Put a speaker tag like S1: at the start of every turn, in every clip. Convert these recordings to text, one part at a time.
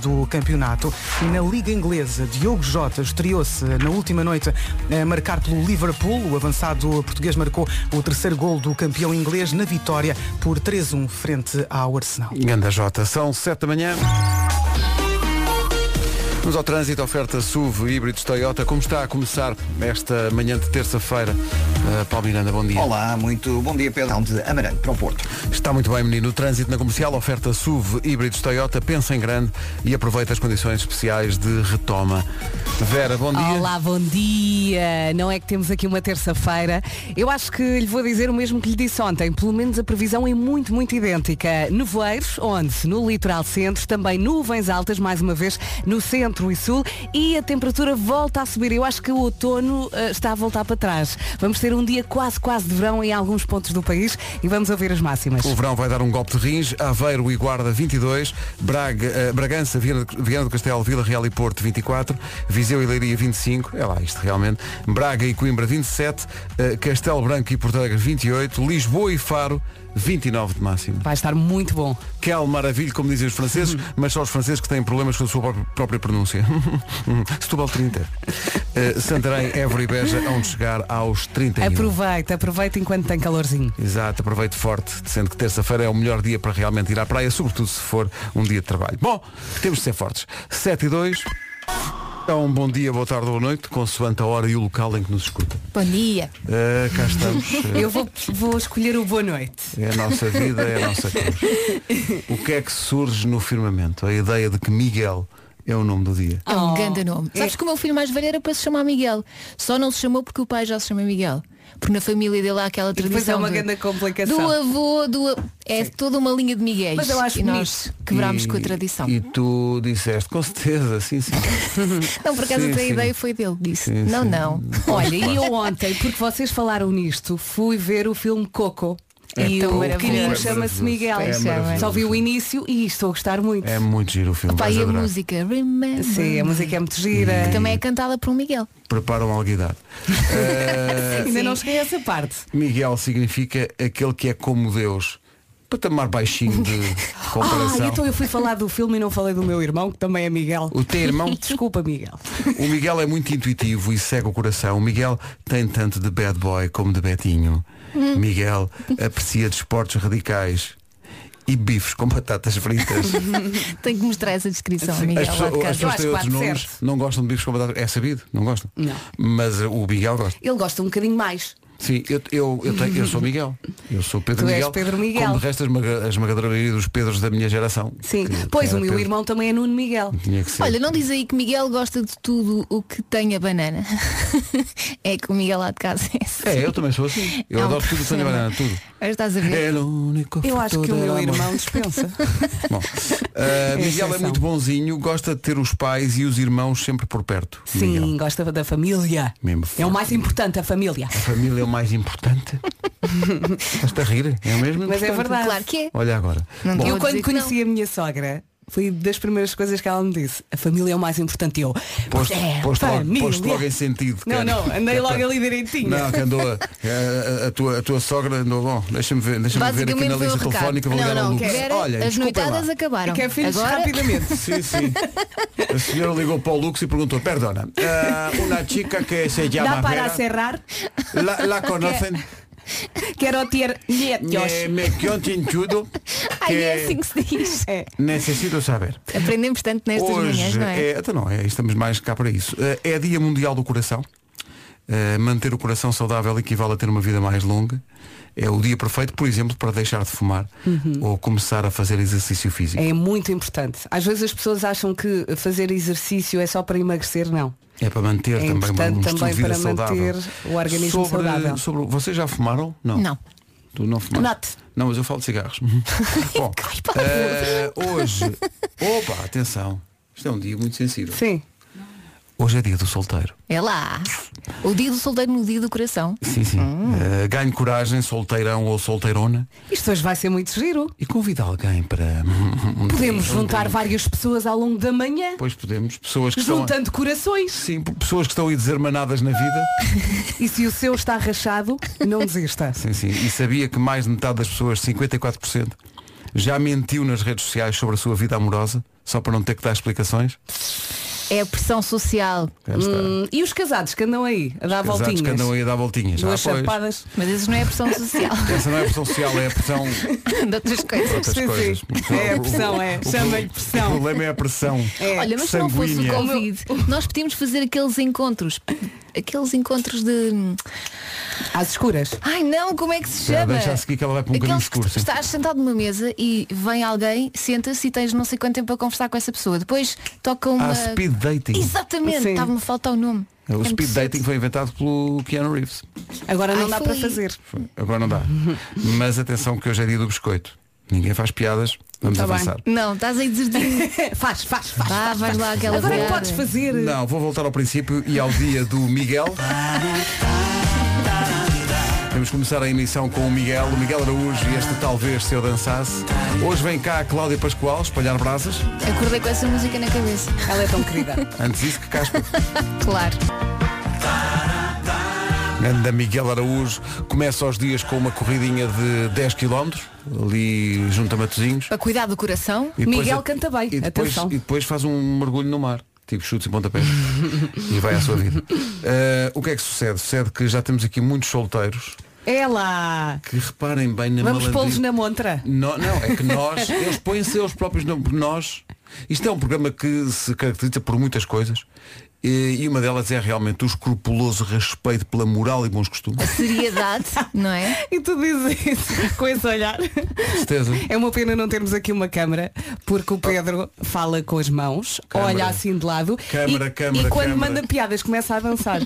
S1: do campeonato. Na Liga Inglesa, Diogo Jota estreou-se na última noite a marcar pelo Liverpool. O avançado português marcou o terceiro gol do campeão inglês na vitória por 3-1 frente ao Arsenal.
S2: Ganda Jota, são 7 da manhã. Vamos ao trânsito, oferta SUV híbridos Toyota. Como está a começar esta manhã de terça-feira? Uh, Paulo Miranda, bom dia.
S3: Olá, muito bom dia, Pedro. De Amarante para o Porto.
S2: Está muito bem, menino. O trânsito na comercial, oferta SUV híbridos Toyota. Pensa em grande e aproveita as condições especiais de retoma. Vera, bom dia.
S4: Olá, bom dia. Não é que temos aqui uma terça-feira. Eu acho que lhe vou dizer o mesmo que lhe disse ontem. Pelo menos a previsão é muito, muito idêntica. Nevoeiros, onde? No litoral centro, também nuvens altas, mais uma vez, no centro centro e sul e a temperatura volta a subir. Eu acho que o outono uh, está a voltar para trás. Vamos ter um dia quase, quase de verão em alguns pontos do país e vamos ouvir as máximas.
S2: O verão vai dar um golpe de rins. Aveiro e Guarda 22, Braga, uh, Bragança, Viana, Viana do Castelo, Vila Real e Porto 24, Viseu e Leiria 25, é lá isto realmente, Braga e Coimbra 27, uh, Castelo Branco e Porto Alegre 28, Lisboa e Faro 29 de máximo.
S4: Vai estar muito bom.
S2: Que maravilha, como dizem os franceses, mas só os franceses que têm problemas com a sua própria pronúncia. Setúbal 30. Uh, Santarém, Évora e Beja, onde chegar aos 31.
S4: Aproveita, aproveita enquanto tem calorzinho.
S2: Exato, aproveite forte, sendo que terça-feira é o melhor dia para realmente ir à praia, sobretudo se for um dia de trabalho. Bom, temos de ser fortes. 7 e 2. Então, bom dia, boa tarde ou noite, consoante a hora e o local em que nos escuta.
S5: Bom dia.
S2: Uh, cá estamos. Uh,
S4: Eu vou, vou escolher o boa noite.
S2: É a nossa vida, é a nossa cruz. O que é que surge no firmamento? A ideia de que Miguel é o nome do dia.
S5: É
S4: Oh,
S5: um grande nome. Sabes que o meu filho mais velho era para se chamar Miguel. Só não se chamou porque o pai já se chama Miguel. Porque na família dele há aquela
S4: E depois é
S5: tradição
S4: uma
S5: do,
S4: grande complicação.
S5: do avô, do a- é toda uma linha de Miguel.
S4: Mas eu acho
S5: e nós quebrámos
S2: E-
S5: com a tradição.
S2: E tu disseste, com certeza, sim, sim.
S5: Não, por acaso
S2: Sim,
S5: a tua
S2: sim.
S5: ideia foi dele. Disse.
S2: Sim,
S5: não,
S2: sim.
S5: não.
S4: Olha, e eu ontem, porque vocês falaram nisto, fui ver o filme Coco.
S2: É
S4: e
S5: tão
S4: o pequenino
S5: maravilhoso.
S4: chama-se Miguel.
S2: É maravilhoso.
S4: Só vi o início e estou a gostar muito.
S2: É muito giro o filme.
S5: Pá,
S2: vais
S5: e a
S2: adorar. Uhum.
S5: música, Remember.
S4: Sim, a música é muito gira.
S5: Também é cantada por um Miguel.
S2: Prepara um alguidar.
S4: Ainda não cheguei a essa parte.
S2: Eh, Miguel significa aquele que é como Deus. Patamar baixinho de comparação.
S4: Ah, então eu fui falar do filme e não falei do meu irmão, que também é Miguel.
S2: O teu irmão?
S4: Desculpa, Miguel.
S2: O Miguel é muito intuitivo e segue o coração. O Miguel tem tanto de bad boy como de betinho.
S4: Hum.
S2: Miguel aprecia desportos radicais e bifes com batatas fritas.
S5: Tenho que mostrar essa descrição, a Miguel.
S2: As pessoas,
S5: lá de
S2: as
S5: casa.
S2: pessoas têm
S4: Eu acho
S2: outros
S4: que bate
S2: nomes,
S4: certo.
S2: não gostam de bifes com batatas. É sabido, não gostam.
S4: Não.
S2: Mas uh, o Miguel gosta.
S4: Ele gosta um bocadinho mais.
S2: Sim, eu, eu, eu, tenho- eu sou Miguel. Eu sou Pedro
S4: Tu és
S2: Miguel.
S4: Pedro Miguel.
S2: Como de resto a esmaga- a esmagadora maioria dos Pedros da minha geração.
S4: Sim.
S2: Que-
S4: pois
S2: que
S4: o
S2: era
S4: meu
S2: Pedro.
S4: irmão também é Nuno Miguel.
S2: Tinha que ser.
S5: Olha, não diz aí que Miguel gosta de tudo o que tem a banana. é que o Miguel lá de casa é assim.
S2: É, eu também sou assim. Eu
S5: É um
S2: adoro tudo, tenho
S5: problema.
S2: banana, tudo.
S5: Agora estás a ver?
S2: É o único
S4: Eu acho
S2: fator
S4: que o meu
S2: amor.
S4: irmão dispensa.
S2: Bom, uh, Miguel é
S4: exceção.
S2: muito bonzinho, gosta de ter os pais e os irmãos sempre por perto.
S4: Sim,
S2: Miguel.
S4: gosta da família.
S2: Mesmo
S4: É o
S2: forte.
S4: mais importante, a família.
S2: A família é o mais importante. Estás a rir, é mesmo?
S4: Mas é
S2: importante.
S4: verdade.
S5: Claro que é.
S2: Olha agora.
S5: Não
S2: Bom,
S5: deu.
S4: Eu
S5: Vou
S4: quando
S5: dizer que não.
S4: conheci a minha sogra, foi das primeiras coisas que ela me disse. A família é o mais importante. Eu, pois
S2: Posto,
S4: é,
S2: posto logo,
S4: família.
S2: posto logo em sentido.
S4: Não,
S2: cara.
S4: não, andei
S2: Que é
S4: logo
S2: para-
S4: ali direitinho.
S2: Não, que andou a, a- a- a tua, a tua sogra andou, bom, deixa-me ver, deixa-me ver aqui na
S5: Basicamente foi o
S2: lista
S5: recado.
S2: telefónica, vou
S5: Não,
S2: ligar ao
S5: não,
S2: Lucas.
S4: é
S5: Vera,
S2: Olha,
S5: as
S2: desculpem
S5: noitadas
S2: lá.
S5: acabaram.
S4: Quer filhos
S5: Agora,
S4: rapidamente.
S2: Sim, sim. A senhora ligou para o Lux e perguntou, perdona, ah, uma chica que se
S4: Dá
S2: llama
S4: para
S2: Vera,
S4: cerrar?
S2: la, la conocen,
S4: Quero ter
S2: me,
S4: netos.
S2: me contin tudo,
S5: Ai, é assim
S2: que
S5: que se diz.
S4: É.
S2: necessito saber.
S5: Aprendemos tanto nestas manhãs,
S2: Hoje
S5: não é?
S2: é, então não é, estamos mais cá para isso. Eh, É dia mundial do coração. Eh, manter o coração saudável equivale a ter uma vida mais longa. É o dia perfeito, por exemplo, para deixar de fumar ou começar a fazer exercício físico.
S4: Uhum. É muito importante. Às vezes as pessoas acham que fazer exercício é só para emagrecer, não.
S2: É, para manter
S4: É
S2: também uma- um
S4: importante
S2: estilo de
S4: também
S2: vida
S4: para
S2: saudável.
S4: manter o organismo
S2: sobre,
S4: saudável.
S2: sobre- vocês já fumaram? Não.
S5: Não.
S2: Tu não fumaste?
S4: Not.
S2: Não, mas eu falo de cigarros.
S4: Uhum.
S2: Bom,
S5: Ai, Paulo.
S2: eh, hoje, opa, atenção, isto é um dia muito sensível.
S4: Sim.
S2: Hoje é dia do solteiro.
S5: É lá. O dia do solteiro no dia do coração.
S2: Sim, sim.
S4: Ah.
S2: Eh, ganhe coragem, solteirão ou solteirona
S4: Isto hoje vai ser muito giro.
S2: e convida alguém para. um
S4: Podemos juntar várias pessoas ao longo da manhã,
S2: Pois podemos, pessoas que estão.
S4: juntando corações.
S2: Sim, pessoas que estão aí desarmanadas na vida.
S4: E se o seu está rachado, não desista.
S2: Sim, sim. E sabia que mais de metade das pessoas, 54%, já mentiu nas redes sociais sobre a sua vida amorosa. Só para não ter que dar explicações?
S5: É a pressão social.
S2: Cá está.
S4: Hum, e os casados que andam aí a dar
S2: Casados que
S4: voltinhas?
S2: andam aí a dar voltinhas.
S4: Duas
S2: Ah, pois.
S4: chapadas.
S5: Mas isso não é pressão social.
S2: Essa não é a pressão social, é a pressão de
S5: de outras coisas.
S2: outras
S4: Sim, sim.
S2: coisas.
S4: É a pressão, é.
S2: O- o-
S4: Chama-lhe pressão.
S2: O problema é a pressão.
S4: É.
S5: Olha, mas se não fosse o
S2: Sanguínea.
S5: Covid, nós podíamos fazer aqueles encontros. Aqueles encontros de. hum,
S4: Às escuras.
S5: Ai não, como é que se
S2: Já,
S5: chama?
S2: deixa a seguir que ela vai para um bocadinho
S5: Aqueles
S2: de
S5: que
S2: curso.
S5: estás sentado numa mesa e vem alguém, senta-se e tens não sei quanto tempo a conversar com essa pessoa. Depois toca uma.
S2: Ah, speed dating.
S5: Exatamente,
S4: Sim.
S5: estava-me a faltar o nome. É
S2: O
S5: muito
S2: speed
S5: cedo.
S2: dating foi inventado pelo Keanu Reeves.
S4: Agora não
S5: Ai,
S4: dá
S5: foi.
S4: para fazer.
S2: Foi. Agora não dá. Mas atenção que hoje é dia do biscoito. Ninguém faz piadas. Vamos
S4: Tá bem.
S2: avançar.
S5: Não, estás aí deserdinho.
S4: faz, faz, faz.
S5: Vá, vais lá aquela
S4: Agora é que
S5: piada.
S4: podes fazer.
S2: Não, vou voltar ao princípio e ao dia do Miguel. Vamos começar a emissão com o Miguel, o Miguel Araújo e este Talvez Se Eu Dançasse. Hoje vem cá a Cláudia Pascoal espalhar brasas.
S5: Acordei com essa música na cabeça.
S4: Ela é tão querida.
S2: Antes disso, que caspa.
S5: Claro.
S2: Anda Miguel Araújo começa os dias com uma corridinha de 10 km, ali junto a Matozinhos.
S5: Para cuidar do coração.
S2: E depois
S4: Miguel
S2: a-
S4: canta bem,
S2: e depois,
S4: atenção.
S2: E depois faz um mergulho no mar, tipo chutes e pontapés. e vai à sua vida. Ah, o que é que sucede? Sucede que já temos aqui muitos solteiros
S4: É lá.
S2: que reparem bem na
S4: Vamos
S2: malandria-
S4: pô-los na montra.
S2: Não, não, é que nós, eles põem-se eles próprios no nós. Isto é um programa que se caracteriza por muitas coisas. E e uma delas é realmente o escrupuloso respeito pela moral e bons costumes.
S5: Seriedade, não é?
S4: E tu dizes isso com esse olhar.
S2: Com certeza.
S4: É uma pena não termos aqui uma câmara, porque o Pedro fala com as mãos,
S2: Câmara.
S4: olha assim de lado
S2: Câmara,
S4: e,
S2: câmara,
S4: e quando
S2: câmara.
S4: manda piadas começa a dançar.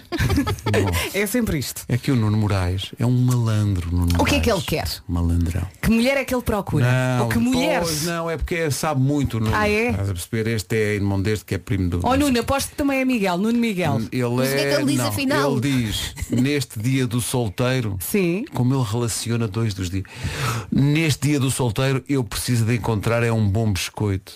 S4: é sempre isto.
S2: É que o Nuno Moraes é um malandro. Nuno
S5: O que é que
S2: Moraes.
S5: ele quer?
S2: Malandrão.
S4: Que mulher é que ele procura? Ou que
S2: pois
S4: mulheres?
S2: Não, é porque sabe muito. Nuno.
S4: Ah, é?
S2: Estás a perceber? Este é irmão deste que é primo do.
S4: Ó Nuno, aposto que também é Miguel, Nuno Miguel.
S2: Ele
S5: Mas o que é que ele diz,
S2: não,
S5: afinal?
S2: Ele diz, neste dia do solteiro,
S4: Sim.
S2: como ele relaciona dois dos dias. Neste dia do solteiro, eu preciso de encontrar é um bom biscoito.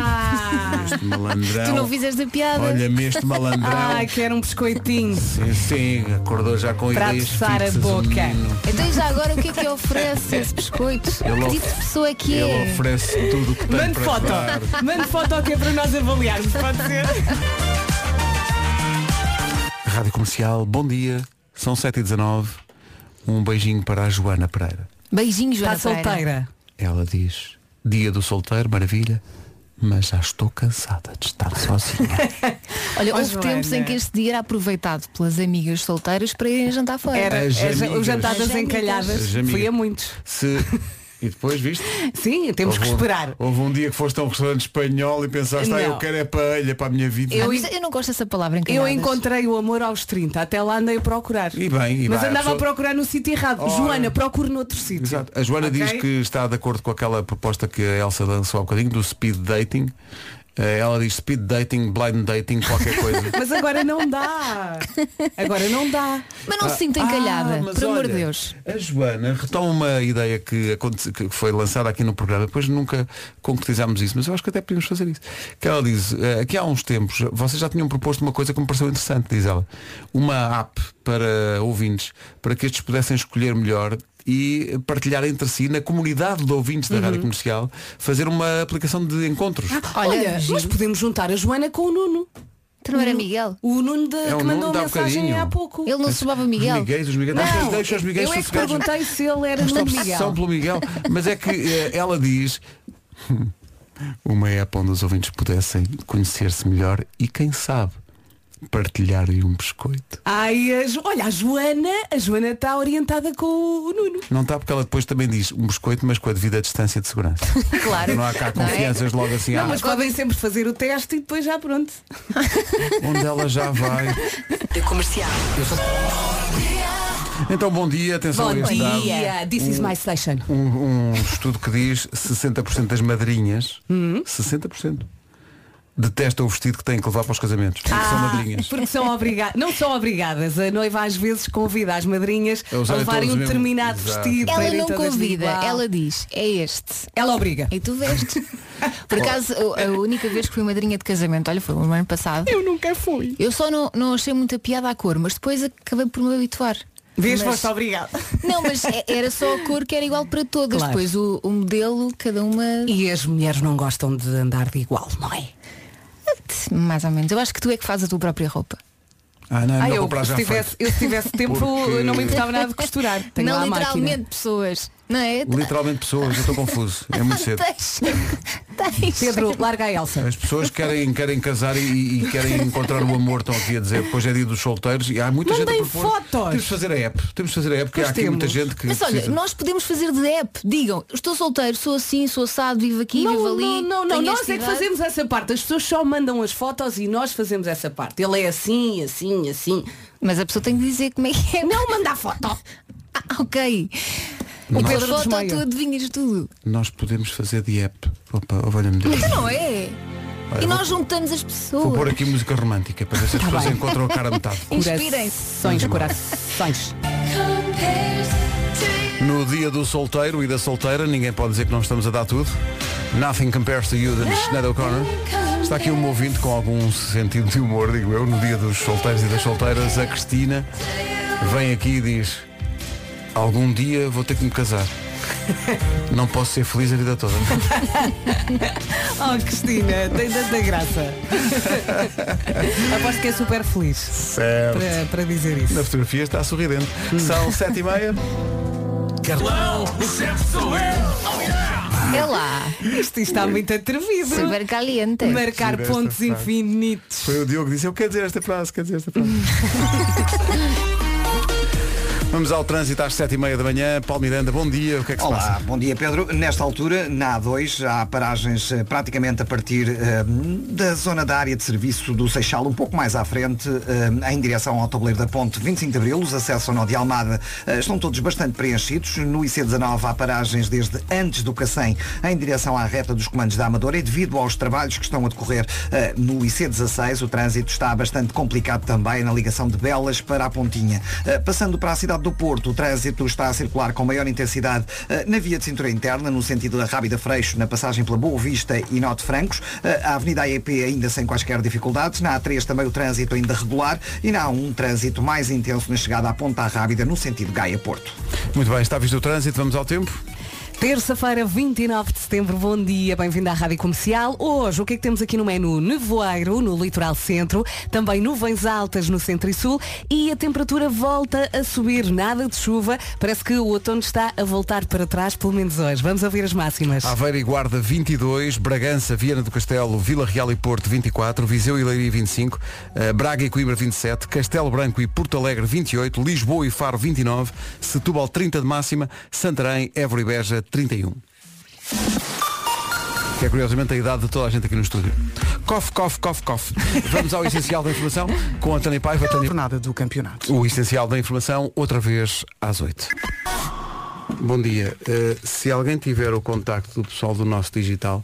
S4: Ah!
S2: Este malandrão.
S5: Tu não fizeste a piada.
S2: Olha-me este malandrão.
S4: Ai, quero um biscoitinho.
S2: Sim, sim, acordou já com
S4: Para
S2: ideias
S4: adoçar a
S2: fixas, o
S4: boca.
S2: um menino.
S5: Então e já agora o que é que oferece esse biscoito?
S2: Ele
S5: Que tipo de
S2: of-
S5: pessoa é que é?
S2: Ele oferece tudo o que tem
S4: Mande
S2: para
S4: foto.
S2: dar.
S4: Mande foto que é para nós avaliarmos, pode ser?
S2: Rádio Comercial, bom dia. São 7h19. Um beijinho para a Joana Pereira.
S5: Beijinho, Joana
S4: Está
S5: Pereira.
S4: solteira.
S2: Ela diz, dia do solteiro, maravilha, mas já estou cansada de estar sozinha.
S5: Olha,
S4: Oh,
S5: houve
S4: Joana.
S5: tempos em que este dia era aproveitado pelas amigas solteiras para irem jantar fora.
S4: Era,
S2: As
S4: era o
S2: amigas.
S4: jantar das
S5: As amigas.
S4: encalhadas.
S2: As amigas.
S4: Fui a muitos.
S2: Se... E depois, viste?
S4: Sim, temos que
S2: Houve um-
S4: esperar.
S2: Houve um dia que foste a um restaurante espanhol e pensaste, ah,
S4: Não.
S2: eu quero é paella para a minha vida.
S5: Eu,
S4: Eu-
S5: eu não gosto dessa palavra
S4: Eu
S5: encalhadas.
S4: encontrei o amor aos 30, até lá andei a procurar.
S2: E bem, e
S4: Mas
S2: bem, a
S4: andava a
S2: pessoa-
S4: procurar no sítio errado.
S2: Ora.
S4: Joana, procure noutro sítio.
S2: Exato. A Joana
S4: Ok?
S2: diz que está de acordo com aquela proposta que a Elsa lançou há bocadinho, do speed dating. Eh, Ela diz speed dating, blind dating, qualquer coisa.
S4: Mas agora não dá. Agora não dá.
S5: Mas não se sinta encalhada,
S2: Ah,
S5: por
S2: mas
S5: amor
S2: olha,
S5: de Deus.
S2: A Joana retoma uma ideia que, aconte- que foi lançada aqui no programa, depois nunca concretizámos isso, mas eu acho que até podíamos fazer isso. Que ela diz, eh, que há uns tempos vocês já tinham proposto uma coisa que me pareceu interessante, diz ela. Uma app para ouvintes, para que estes pudessem escolher melhor e partilhar entre si na comunidade de ouvintes da
S5: Uhum.
S2: rádio comercial fazer uma aplicação de encontros.
S5: Ah, Olha,
S4: Olha, mas podemos juntar a Joana com o Nuno.
S5: Tu não era Miguel?
S4: O Nuno da-
S2: É, o
S4: que
S2: Nuno
S4: mandou
S2: dá
S4: a
S2: um
S4: mensagem
S2: bocadinho.
S4: há pouco.
S5: Ele não se chamava Miguel?
S2: Os Miguéis, os Miguéis,
S4: Não,
S2: deixa os Miguéis
S4: eu é que
S2: sossegados.
S4: perguntei se ele era
S2: Esta
S4: Nuno
S2: obsessão
S4: Miguel.
S2: pelo Miguel. Mas é que eh, ela diz "Hum, uma app onde os ouvintes pudessem conhecer-se melhor e quem sabe partilharem um biscoito.
S4: Ai, a Jo- olha, a Joana, a Joana está orientada com o Nuno.
S2: Não está porque ela depois também diz um biscoito, mas com a devida distância de segurança.
S5: Claro.
S2: Não há cá
S5: Não é?
S2: confianças logo assim.
S4: Não,
S2: ah,
S4: mas podem sempre fazer o teste e depois já pronto.
S2: onde ela já vai.
S4: comercial.
S2: Então bom dia, atenção
S4: Bom
S2: a este dado.
S4: dia, this is my station.
S2: Um, um estudo que diz 60% das madrinhas,
S4: Hum?
S2: 60%, detestam o vestido que têm que levar para os casamentos. Porque
S4: Ah,
S2: são madrinhas.
S4: Porque são obrigadas, não são obrigadas, a noiva às vezes convida as madrinhas
S2: A usarem
S4: a levarem
S2: todos
S4: um
S2: mesmo.
S4: determinado
S2: Exato.
S4: vestido. para
S5: Ela
S4: irem
S5: não
S4: todas de
S5: convida,
S4: igual.
S5: ela diz, é este.
S4: Ela obriga.
S5: E tu veste. Por acaso, a a única vez que fui madrinha de casamento, olha, foi no ano passado.
S4: Eu nunca fui.
S5: Eu só não, não achei muita piada à cor, mas depois acabei por me habituar.
S1: Vês,
S5: Mas-
S1: mas... obrigada.
S5: Não, mas é- era só a cor que era igual para todas.
S4: Claro.
S5: Depois o, o modelo, cada uma.
S4: E as mulheres não gostam de andar de igual, não é?
S5: Mais ou menos. Eu acho que tu é que fazes a tua própria roupa.
S2: Ah, não,
S4: Ah,
S2: não
S4: eu,
S2: comprar
S4: se
S2: já
S4: tivesse,
S2: feito.
S4: eu se tivesse tempo
S2: Porque-
S4: não me importava nada de costurar. Tenho lá
S5: não
S4: a
S5: literalmente
S4: máquina.
S5: pessoas. Não é?
S2: Literalmente pessoas, eu estou confuso. É muito cedo.
S5: Deixa. Deixa.
S4: Pedro, larga a Elsa.
S2: As pessoas querem, querem casar e, e querem encontrar o amor, estão aqui a dizer, depois é dia dos solteiros e há muita
S4: Mandem
S2: gente a propor.
S4: fotos.
S2: Temos de fazer a app, temos de fazer a app, porque
S4: Pois
S2: há aqui
S4: temos.
S2: muita gente que
S5: Mas olha,
S2: precisa.
S5: nós podemos fazer de app. Digam, estou solteiro, sou assim, sou assado, vivo aqui,
S4: Não,
S5: vivo ali.
S4: não, não, não,
S5: tenho
S4: nós
S5: esta
S4: é que
S5: idade.
S4: fazemos essa parte. As pessoas só mandam as fotos e nós fazemos essa parte. Ele é assim, assim, assim.
S5: Mas a pessoa tem que dizer como é que é.
S4: Não mandar foto.
S5: Ah, ok.
S4: O
S5: O
S4: Pedro
S5: Pedro foto
S4: desmaia.
S5: tu adivinhas tudo.
S2: Nós podemos fazer de app. Opa, olha-me Deus.
S5: Não é?
S2: Olha,
S5: E
S2: vou-
S5: nós juntamos as
S2: Vou pôr
S5: pessoas. Tá
S2: aqui música romântica para ver se as
S4: Tá
S2: pessoas
S4: bem.
S2: encontram a cara a metade.
S5: Inspirem-se.
S4: Corações, corações.
S2: No dia do solteiro e da solteira, ninguém pode dizer que não estamos a dar tudo. Nothing compares to you, da Sinead O'Connor. Está aqui um ouvinte com algum sentido de humor, digo eu, no dia dos solteiros e das solteiras. A Cristina vem aqui e diz Algum dia vou ter que me casar. Não posso ser feliz a vida toda.
S4: Oh, Cristina, tem tanta graça. Aposto que é super feliz
S2: Certo.
S4: para, para dizer isso.
S2: Na fotografia está sorridente. São sete e meia.
S5: É lá.
S4: Isto está muito atrevido.
S5: Super caliente.
S4: Marcar
S2: Gira esta
S4: pontos
S2: frase.
S4: infinitos.
S2: Foi o Diogo que disse, eu quero dizer esta frase, quero dizer esta frase. Vamos ao trânsito às sete e meia da manhã. Paulo Miranda, bom dia. O que é que se
S3: Olá,
S2: passa?
S3: bom dia Pedro. Nesta altura, na A2, há paragens eh, praticamente a partir eh, da zona da área de serviço do Seixal, um pouco mais à frente, eh, em direção ao tabuleiro da ponte 25 de Abril. Os acessos ao nó de Almada eh, estão todos bastante preenchidos. No IC19 há paragens desde antes do Cacém em direção à reta dos comandos da Amadora e devido aos trabalhos que estão a decorrer eh, no IC16, o trânsito está bastante complicado também na ligação de Belas para a Pontinha. Eh, Passando para a cidade do Porto, o trânsito está a circular com maior intensidade eh, na via de cintura interna, no sentido da Rábida Freixo, na passagem pela Boa Vista e Norte Francos. Eh, A Avenida AEP ainda sem quaisquer dificuldades. Na A3 também o trânsito ainda regular e na A1 trânsito mais intenso na chegada à Ponta Rábida, no sentido Gaia-Porto.
S2: Muito bem, está visto o trânsito, vamos ao tempo.
S4: Terça-feira, 29 de setembro, bom dia, bem-vindo à Rádio Comercial. Hoje, o que é que temos aqui no menu? Nevoeiro, no litoral centro, também nuvens altas no centro e sul e a temperatura volta a subir, nada de chuva, parece que o outono está a voltar para trás, pelo menos hoje. Vamos ouvir as máximas.
S2: Aveiro e Guarda 22, Bragança, Viana do Castelo, Vila Real e Porto 24, Viseu e Leiria 25, eh, Braga e Coimbra 27, Castelo Branco e Porto Alegre 28, Lisboa e Faro 29, Setúbal 30 de máxima, Santarém, Évora e Beja 31. Que é curiosamente a idade de toda a gente aqui no estúdio. Cof, cof, cof, cof. Vamos ao essencial da informação com a Tânia Paiva. Tânia...
S1: Jornada do campeonato.
S2: O essencial da informação, outra vez às 8. Bom dia. Eh, se alguém tiver o contacto do pessoal do nosso digital,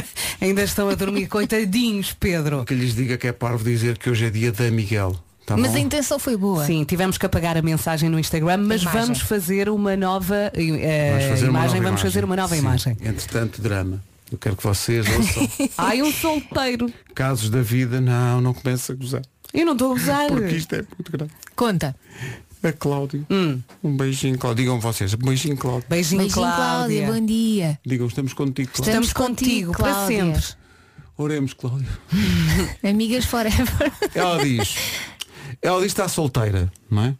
S4: Ainda estão a dormir, coitadinhos, Pedro.
S2: que lhes diga que é parvo dizer que hoje é dia da Miguel. Tá
S5: Mas
S2: bom?
S5: a intenção foi boa.
S4: Sim, tivemos que apagar a mensagem no Instagram, mas
S5: Imagem.
S4: vamos fazer uma nova eh,
S2: Vamos fazer
S4: imagem,
S2: uma nova
S4: vamos fazer uma nova
S2: Sim.
S4: imagem.
S2: Entretanto, drama. Eu quero que vocês ouçam
S4: Ai, um solteiro.
S2: casos da vida. Não, não comece a gozar.
S4: Eu não estou a usar.
S2: Porque isto é muito grave.
S5: Conta.
S2: A É Cláudio. Um beijinho, Cláudio. Digam vocês, beijinho, Cláudio.
S4: Hum. Beijinho,
S5: Beijinho, Cláudia. Bom dia.
S2: Digam, estamos contigo, Cláudio.
S4: Estamos contigo, para
S5: Cláudia.
S4: sempre.
S2: Oremos, Cláudio.
S5: Amigas forever.
S2: Ela diz, ela diz que está solteira, não é?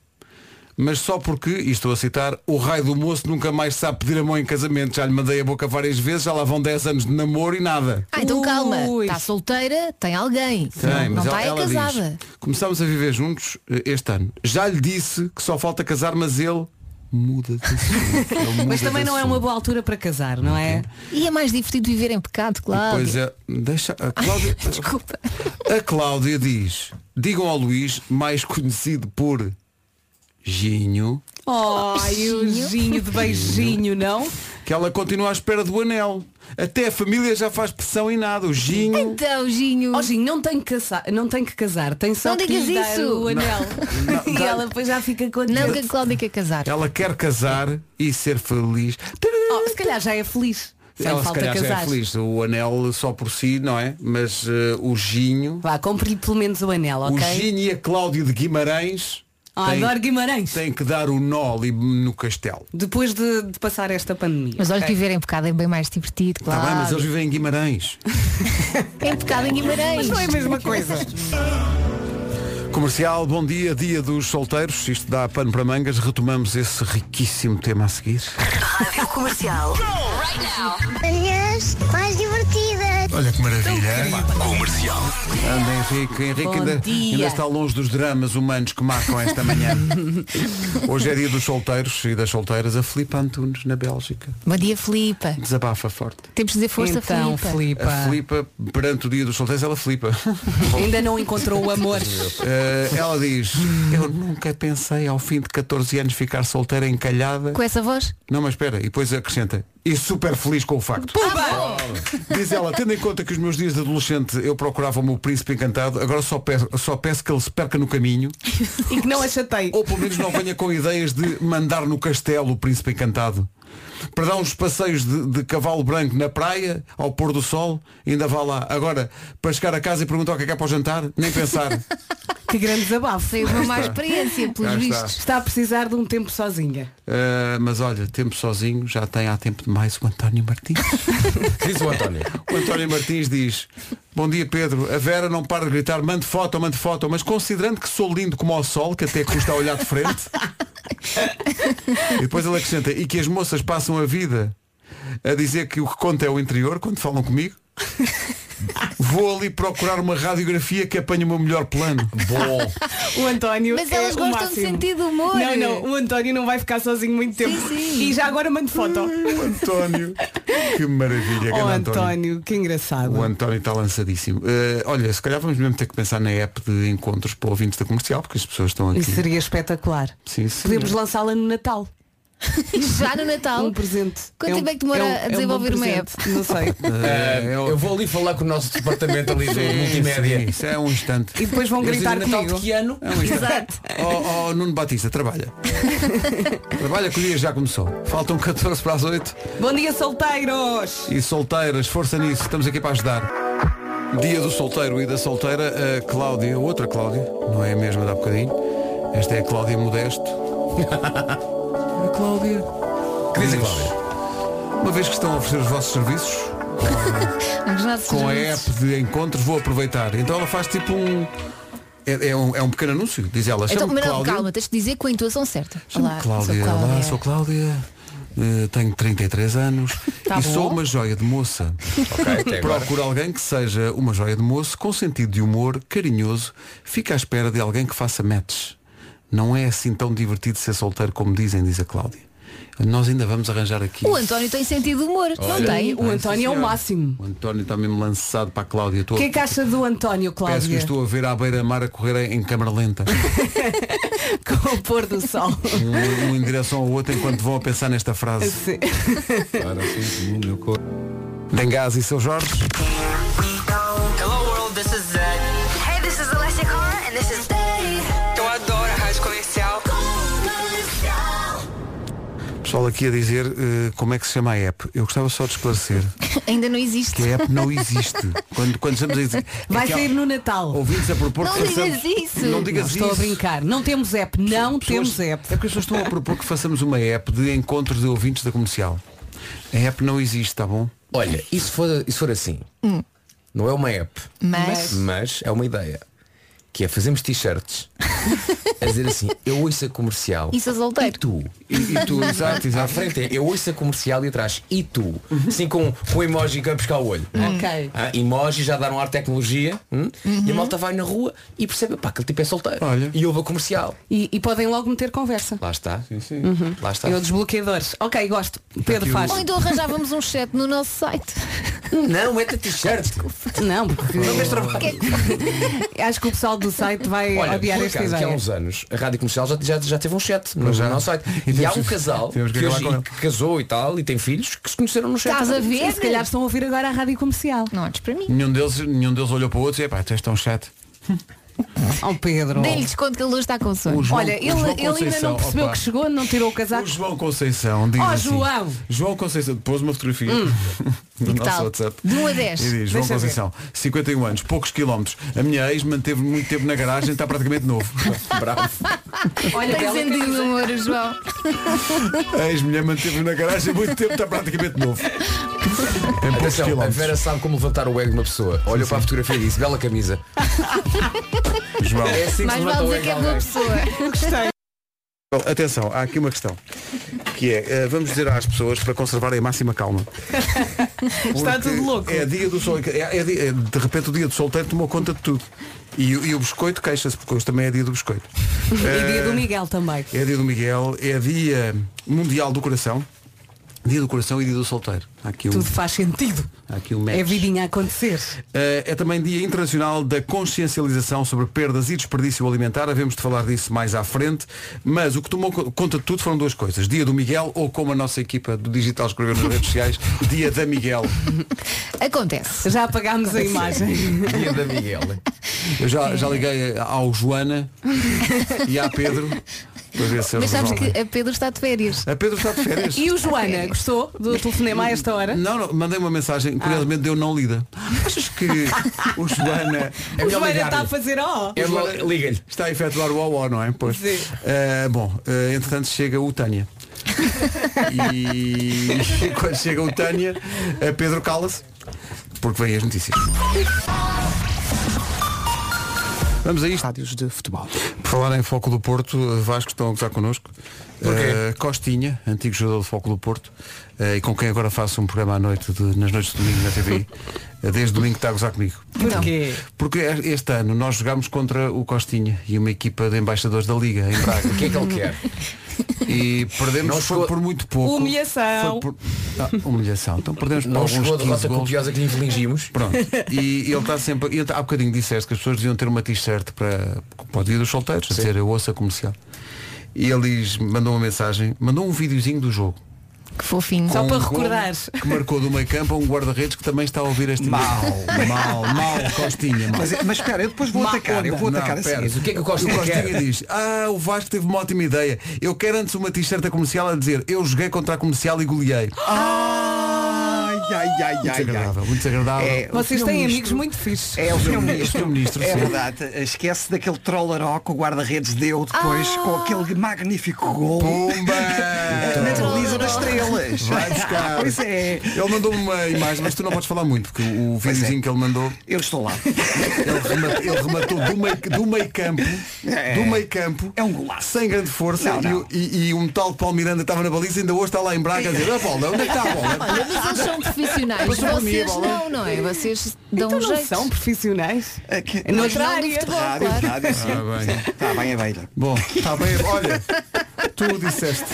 S2: Mas só porque, e estou a citar, o raio do moço nunca mais sabe pedir a mão em casamento. Já lhe mandei a boca várias vezes, já lá vão 10 anos de namoro e nada.
S5: Ah, então calma.
S4: Ui.
S5: Está solteira, tem alguém.
S2: Tem,
S5: não
S2: mas
S5: está é
S2: ela, ela
S5: casada.
S2: diz, começámos a viver juntos eh, este ano. Já lhe disse que só falta casar, mas ele muda de assunto. Ele muda
S4: Mas
S2: de
S4: também não é
S2: assunto.
S4: uma boa altura para casar, não é?
S5: E é mais divertido viver em pecado,
S2: E
S5: claro.
S2: Depois é, deixa, a Cláudia,
S5: Desculpa.
S2: a Cláudia diz, digam ao Luís, mais conhecido por Ginho,
S4: Oh, e o ginho de beijinho, não?
S2: que ela continua à espera do anel. Até a família já faz pressão e nada. O Ginho.
S5: Então, Ginho.
S4: Oh, ginho, não tem que casar, não tem que casar, tem só
S5: Não
S4: que
S5: digas
S4: lhe dar
S5: isso.
S4: o anel.
S2: Não,
S4: e
S2: dá-
S4: ela depois já fica contente.
S5: Não que a Cláudia quer casar.
S2: Ela quer casar e ser feliz.
S4: Oh, se calhar já é feliz. Sem
S2: ela se
S4: falta
S2: calhar já
S4: casar.
S2: é feliz. O anel só por si, não é? Mas eh, o Ginho.
S4: Vá, compre-lhe pelo Ah, menos o anel,
S2: O
S4: ok?
S2: Ginho e a Cláudia de Guimarães
S4: Ah,
S2: tem-
S4: adoro Guimarães.
S2: Tem que dar o nó ali no castelo.
S4: Depois de, de passar esta pandemia.
S5: Mas olha
S4: ok?
S5: que viver em pecado é bem mais divertido,
S2: Está
S5: claro.
S2: Tá bem, mas eles vivem em Guimarães.
S5: Em pecado em Guimarães.
S1: Não é a mesma coisa.
S2: Comercial, bom dia, dia dos solteiros. Isto dá pano para mangas. Retomamos esse riquíssimo tema a seguir.
S6: Rádio Comercial.
S7: Manhãs mais divertidas.
S2: Olha que maravilha. Comercial. Anda Henrique, Henrique
S4: Bom
S2: ainda,
S4: dia.
S2: ainda está longe dos dramas humanos que marcam esta manhã. Hoje é dia dos solteiros e das solteiras. A Filipe Antunes, na Bélgica.
S5: Bom dia, Filipa.
S2: Desabafa forte.
S5: Temos de dizer força,
S4: Então,
S5: Filipa.
S4: Filipa.
S2: A Filipa, perante o dia dos solteiros, ela flipa.
S4: Ainda não encontrou o amor.
S2: Eh, ela diz,
S4: Hum.
S2: eu nunca pensei ao fim de 14 anos ficar solteira encalhada.
S5: Com essa voz?
S2: Não, mas espera, e depois acrescenta, e super feliz com o facto.
S5: Ah,
S2: Diz ela, tendo em conta que os meus dias de adolescente eu procurava o meu príncipe encantado, agora só peço, só peço que ele se perca no caminho,
S4: e que não a chatei.
S2: ou pelo menos não venha com ideias de mandar no castelo o príncipe encantado. Para dar uns passeios de, de cavalo branco na praia, ao pôr do sol, ainda vá lá. Agora, para chegar a casa e perguntar o que é que é para o jantar, nem pensar.
S4: Que grande desabafo.
S5: Foi uma má experiência, pelos
S2: Cá está.
S5: vistos.
S4: Está a precisar de um tempo sozinha.
S2: Uh, mas olha, tempo sozinho, já tem há tempo demais o António Martins.
S8: Diz o António.
S2: o António Martins diz, bom dia Pedro, a Vera não para de gritar, mande foto, mande foto, mas considerando que sou lindo como ao sol, que até custa olhar de frente. e depois ele acrescenta, e que as moças passam a vida a dizer que o que conta é o interior, quando falam comigo. Vou ali procurar uma radiografia que apanhe o meu melhor plano.
S8: Bom.
S4: O António.
S5: Mas
S4: é
S5: elas
S4: o
S5: gostam de
S4: máximo.
S5: sentir de humor.
S4: Não, não, o António não vai ficar sozinho muito tempo.
S5: sim.
S4: E já agora mando foto.
S2: O António. Que maravilha,
S4: Oh
S2: grande
S4: António, que engraçado.
S2: O António está lançadíssimo. Eh, olha, se calhar vamos mesmo ter que pensar na app de encontros para ouvintes da comercial, porque as pessoas estão aqui.
S4: Isso seria espetacular.
S2: Sim, sim.
S4: Podemos lançá-la no Natal.
S5: Já no Natal.
S4: Um presente.
S5: Quanto
S4: um-
S5: tempo é que demora
S4: um-
S5: a
S4: um bom
S5: desenvolver uma
S4: presente.
S5: app?
S4: Não sei.
S8: Ah,
S2: é o-
S8: eu vou ali falar com o nosso departamento ali de
S2: Sim, sim,
S8: multimédia.
S2: Isso é um instante.
S4: E depois vão
S8: Eles dizem,
S4: gritar
S8: Natal
S4: comigo.
S8: de que ano?
S2: É um instante. Oh, oh, Nuno Batista, trabalha. trabalha que o dia já começou. Faltam 14 para as 8
S4: Bom dia, solteiros!
S2: e solteiras, força nisso, estamos aqui para ajudar. Dia do solteiro e da solteira, a Cláudia, outra Cláudia, não é a mesma de há bocadinho. Esta é a Cláudia Modesto. a Cláudia.
S8: Que diz a Cláudia?
S2: Uma vez que estão a oferecer os vossos serviços,
S5: Os nossos
S2: com a
S5: serviços.
S2: app de encontros, vou aproveitar. Então ela faz tipo um. É, é um, é um pequeno anúncio, diz ela.
S5: Então,
S2: Chamo
S5: mas não,
S2: Cláudia.
S5: calma, tens de dizer com a intuação certa.
S2: Chamo-me Cláudia. Olá, sou Cláudia. eh, tenho 33 anos
S4: Tá
S2: e
S4: bom.
S2: sou uma joia de moça.
S8: Ok, até agora.
S2: Procuro alguém que seja uma joia de moço, com sentido de humor, carinhoso, fica à espera de alguém que faça matches. Não é assim tão divertido ser solteiro como dizem, diz a Cláudia. Nós ainda vamos arranjar aqui.
S5: O António tem sentido de humor. Não
S8: Olha.
S5: tem?
S4: O António é o máximo.
S2: O António está mesmo lançado para a Cláudia. Estou
S4: O que
S2: a-
S4: é que acha do António,
S2: Parece que
S4: Cláudia?
S2: estou a ver à beira-mar a correr em câmara lenta.
S4: Com o pôr do sol.
S2: Um, um em direção ao outro enquanto vão a pensar nesta frase.
S4: Sim.
S8: Para sempre no meu corpo.
S2: Dengás e seu Jorge.
S6: Hey, this is Alessia Cara and this is Dave.
S9: Eu adoro a rádio comercial.
S2: Pessoal aqui a dizer eh, como é que se chama a app. Eu gostava só de esclarecer
S5: Ainda não existe.
S2: que a app não existe. Quando, quando estamos a dizer.
S4: Vai
S2: é que há
S4: sair no Natal.
S2: Ouvintes a propor
S5: Não
S2: que façamos.
S5: digas isso.
S2: Não
S4: Não,
S2: digas
S4: estou
S2: isso.
S4: a brincar. Não temos app. Não
S2: Pessoas-
S4: temos app.
S2: É porque as pessoas estão a propor que façamos uma app de encontros de ouvintes da comercial. A app não existe, tá bom?
S8: Olha, e se for, e se for assim? Não é uma app,
S5: Hum, Mas.
S8: mas é uma ideia. Que é fazermos t-shirts. a dizer assim, eu ouço a comercial.
S5: Isso é solteiro.
S8: E tu?
S2: E, e tu, exato,
S8: À
S2: exato.
S8: frente é, eu ouço a comercial e atrás, e tu? Assim com com o emoji que vai buscar o olho.
S5: Hum.
S4: Ok.
S8: Ah, emoji já dá um ar de tecnologia hum?
S4: Uhum.
S8: e a malta vai na rua e percebe, pá, aquele tipo é solteiro.
S2: Olha.
S8: E ouve a comercial.
S4: E, e podem logo meter conversa.
S8: Lá está.
S5: Uhum.
S8: Lá está.
S4: Eu desbloqueadores. Ok, gosto. Pedro
S2: aqui o-
S4: faz.
S5: Ou então arranjávamos um chat no nosso site.
S8: Não, mete a t-shirt.
S4: Não, porque
S5: Que é que-
S4: acho que o pessoal do site vai
S8: Olha, por
S4: É, odiar esta
S8: acaso, que é um há
S4: ideia.
S8: uns anos a Rádio Comercial já, já, já teve um chat no,
S2: já.
S8: no nosso site.
S2: E
S8: E, há
S2: temos-
S8: um casal que,
S2: temos que acabar
S8: hoje-
S2: com ele.
S8: que casou e tal e tem filhos que se conheceram no chat.
S5: Estás a ver?
S4: E se calhar estão a ouvir agora a rádio comercial.
S5: Não olhes para mim.
S2: Nenhum deles, nenhum deles olhou para o outro e pá, tu és tão chato.
S4: Ó Oh, Pedro.
S5: Deem-lhe desconto que ele hoje está com sono.
S2: O João-
S4: Olha,
S2: o
S4: ele,
S2: João
S4: ele ainda
S2: Conceição,
S4: não percebeu
S2: opa.
S4: que chegou, não tirou o
S2: O
S4: casaco.
S2: João Conceição diz
S4: Ó,
S2: assim,
S4: João! Hum.
S2: João Conceição, pôs uma fotografia no
S5: E que
S2: nosso
S5: tal?
S2: WhatsApp.
S5: De um a dez.
S2: E diz,
S1: Deixa
S2: João
S1: ver.
S2: Conceição, 51 anos, poucos quilómetros. A minha ex manteve muito tempo na garagem, está praticamente novo. Bravo.
S4: Olha,
S5: Tem
S4: bela
S5: sentido
S4: camisa.
S5: de humor, o João.
S2: A ex-mulher manteve na garagem muito tempo, está praticamente novo. Em poucos
S8: Atenção, a
S2: quilómetros.
S8: Vera sabe como levantar o ego de uma pessoa. Olhou para a fotografia e disse, bela camisa.
S2: João.
S8: É assim que se
S5: Mais vale dizer
S8: levanta o ego
S5: que
S8: de
S5: é boa
S8: alguém.
S5: pessoa.
S2: Bom, atenção, há aqui uma questão. Que é, eh, vamos dizer às pessoas para conservarem a máxima calma.
S1: Está
S2: Porque
S1: tudo louco.
S2: É dia do sol, é, é dia- é, de repente o dia do solteiro tomou conta de tudo. E, o- e o biscoito queixa-se, porque hoje também é dia do biscoito.
S4: E
S8: Eh,
S4: dia do Miguel também.
S2: É dia do Miguel, é dia mundial do coração, dia do coração e dia do solteiro. Há aqui um,
S4: Tudo faz sentido.
S2: há aqui um match.
S4: É vidinha a acontecer.
S2: Eh, é também Dia Internacional da Consciencialização sobre Perdas e Desperdício Alimentar. Havemos de falar disso mais à frente. Mas o que tomou co- conta de tudo foram duas coisas. Dia do Miguel ou, como a nossa equipa do Digital escreveu nas redes sociais, Dia da Miguel.
S5: Acontece.
S4: Já apagámos a imagem.
S8: Dia da Miguel.
S2: Eu já, já liguei ao Joana e à Pedro para ver se eles
S5: Mas sabes
S2: resolvem.
S5: que a Pedro está de férias.
S2: A Pedro está de férias.
S4: E o Joana, gostou do telefonema a esta hora? Ah.
S2: Não, não, mandei uma mensagem, curiosamente deu não lida. Achas que o Joana
S8: É
S4: O
S8: melhor
S4: Joana
S8: ligar-lhe.
S4: está a fazer ó.
S8: É melhor- Liga-lhe.
S2: está a efetuar o OO, não é? Pois.
S4: Sim.
S2: Eh, bom, eh, entretanto chega o Tânia. E quando chega o Tânia, a Pedro cala-se, porque vem as notícias. Vamos a isto.
S1: Estádios de futebol.
S2: Por falar em Foco do Porto, eh, Vasco estão a gozar connosco. Eh, Costinha, antigo jogador de Foco do Porto, eh, e com quem agora faço um programa à noite, de- nas noites de domingo na TV, desde domingo está a gozar comigo.
S4: Porquê?
S2: Porque é- este ano nós jogámos contra o Costinha e uma equipa de embaixadores da Liga em Braga.
S8: O que é que ele quer?
S2: E perdemos
S8: Não
S2: foi
S8: chegou-
S2: por muito pouco.
S4: Humilhação.
S2: Foi por- Ah, humilhação. Então perdemos por
S8: Não
S2: alguns
S8: chegou a
S2: 15
S8: derrota
S2: golos.
S8: copiosa que lhe infligimos.
S2: Pronto. E ele está sempre. Ele, tá- há bocadinho disseste que as pessoas deviam ter uma t-shirt para, para o dia dos solteiros, a dizer eu ouço a comercial. E ele diz- mandou uma mensagem, mandou um videozinho do jogo.
S5: Que fofinho.
S4: Só
S2: Com
S4: para
S2: um golo
S4: recordar.
S2: Que marcou do meio campo a um guarda-redes que também está a ouvir este
S3: Mal,
S2: mal, mal, costinha, mal.
S3: Mas, mas espera, eu depois vou
S2: Má
S3: atacar, eu
S2: onda.
S3: vou
S2: Não,
S3: atacar a
S2: pera.
S3: seguir.
S8: O que é que o Costinha quer?
S2: diz, ah, o Vasco teve uma ótima ideia. Eu quero antes uma t-shirt da comercial a dizer, eu joguei contra a comercial e goleei.
S3: Ai, ai, ai, ai,
S2: muito
S3: ai.
S2: desagradável, muito desagradável.
S3: É, o
S4: Vocês
S3: senhor
S4: têm
S3: ministro-
S4: amigos muito fixos.
S3: É o senhor
S2: É o senhor
S3: ministro.
S2: ministro,
S3: É
S2: sim.
S3: verdade. Esquece daquele trollaró que o guarda-redes deu depois
S5: Ah!
S3: com aquele magnífico gol.
S2: Pumba!
S3: Na baliza das estrelas.
S2: Vai buscar.
S3: Pois é.
S2: Ele mandou uma imagem, mas tu não podes falar muito, porque o
S3: Pois
S2: videozinho
S3: é.
S2: que ele mandou,
S3: Eu estou lá.
S2: ele rematou, ele rematou do, meio, do meio campo,
S3: É.
S2: do meio campo,
S3: É um golaço.
S2: sem grande força,
S3: Não, não.
S2: E, e- e um tal de Paulo Miranda estava na baliza e ainda hoje está lá em Braga a dizer, a bola, onde é que está a bola?
S5: Olha, mas eles são profissionais.
S2: Passou por mim a
S5: Vocês
S2: bola.
S5: não, não é? Vocês dão
S4: Então
S5: um
S4: não
S5: jeito.
S4: são profissionais.
S3: É que-
S4: É
S5: Mas
S4: noutra
S5: não de
S4: área.
S5: futebol,
S3: Rádio,
S5: claro.
S3: rádio, sim.
S2: Ah, bem.
S3: Está bem a beira.
S2: Bom, está bem. Olha, tu disseste.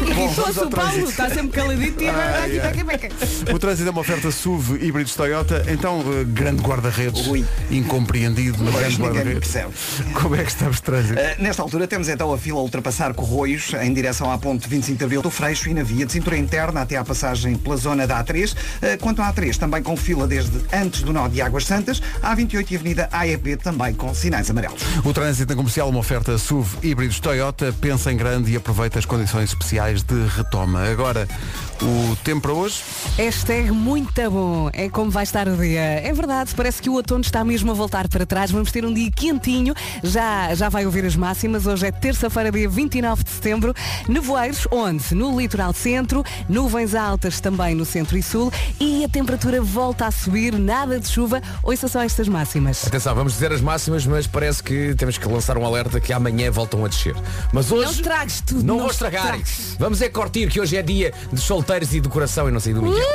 S2: vamos
S4: Irritou-se
S2: ao
S4: o Paulo,
S2: trânsito.
S4: está sempre caladito e agora está aqui, está aqui, beca.
S2: O trânsito é uma oferta SUV híbridos Toyota, então eh, grande guarda-redes,
S3: Ui.
S2: incompreendido, mas
S3: Pois,
S2: grande
S3: ninguém
S2: guarda-redes.
S3: me percebe.
S2: Como é que estamos de trânsito?
S3: Uh, nesta altura temos então a fila a ultrapassar Corroios em direção à ponte 25 de Abril do Freixo e na via de cintura interna até à passagem pela zona da A3. Uh, quanto à A3, também com fila desde antes do nó de Águas Santas, a A28 e Avenida AEP também com sinais amarelos.
S2: O trânsito na comercial, uma oferta SUV híbridos Toyota, pensa em grande e aproveita as condições especiais de retoma. Agora, o tempo para hoje.
S4: Hashtag é muito bom. É como vai estar o dia. É verdade, parece que o outono está mesmo a voltar para trás. Vamos ter um dia quentinho. Já, já vai ouvir as máximas. Hoje é terça-feira, dia 29 de setembro. Nevoeiros, onde? No litoral centro. Nuvens altas também no centro e sul. E a temperatura volta a subir. Nada de chuva. Ouça só estas máximas.
S8: Atenção, vamos dizer as máximas, mas parece que temos que lançar um alerta que amanhã voltam a descer. Mas hoje.
S4: Não estragues tudo,
S8: Não,
S4: não
S8: vou estragar.
S4: estragues.
S8: Vamos é curtir, que hoje é dia de solteiros e decoração e não sei do Miguel.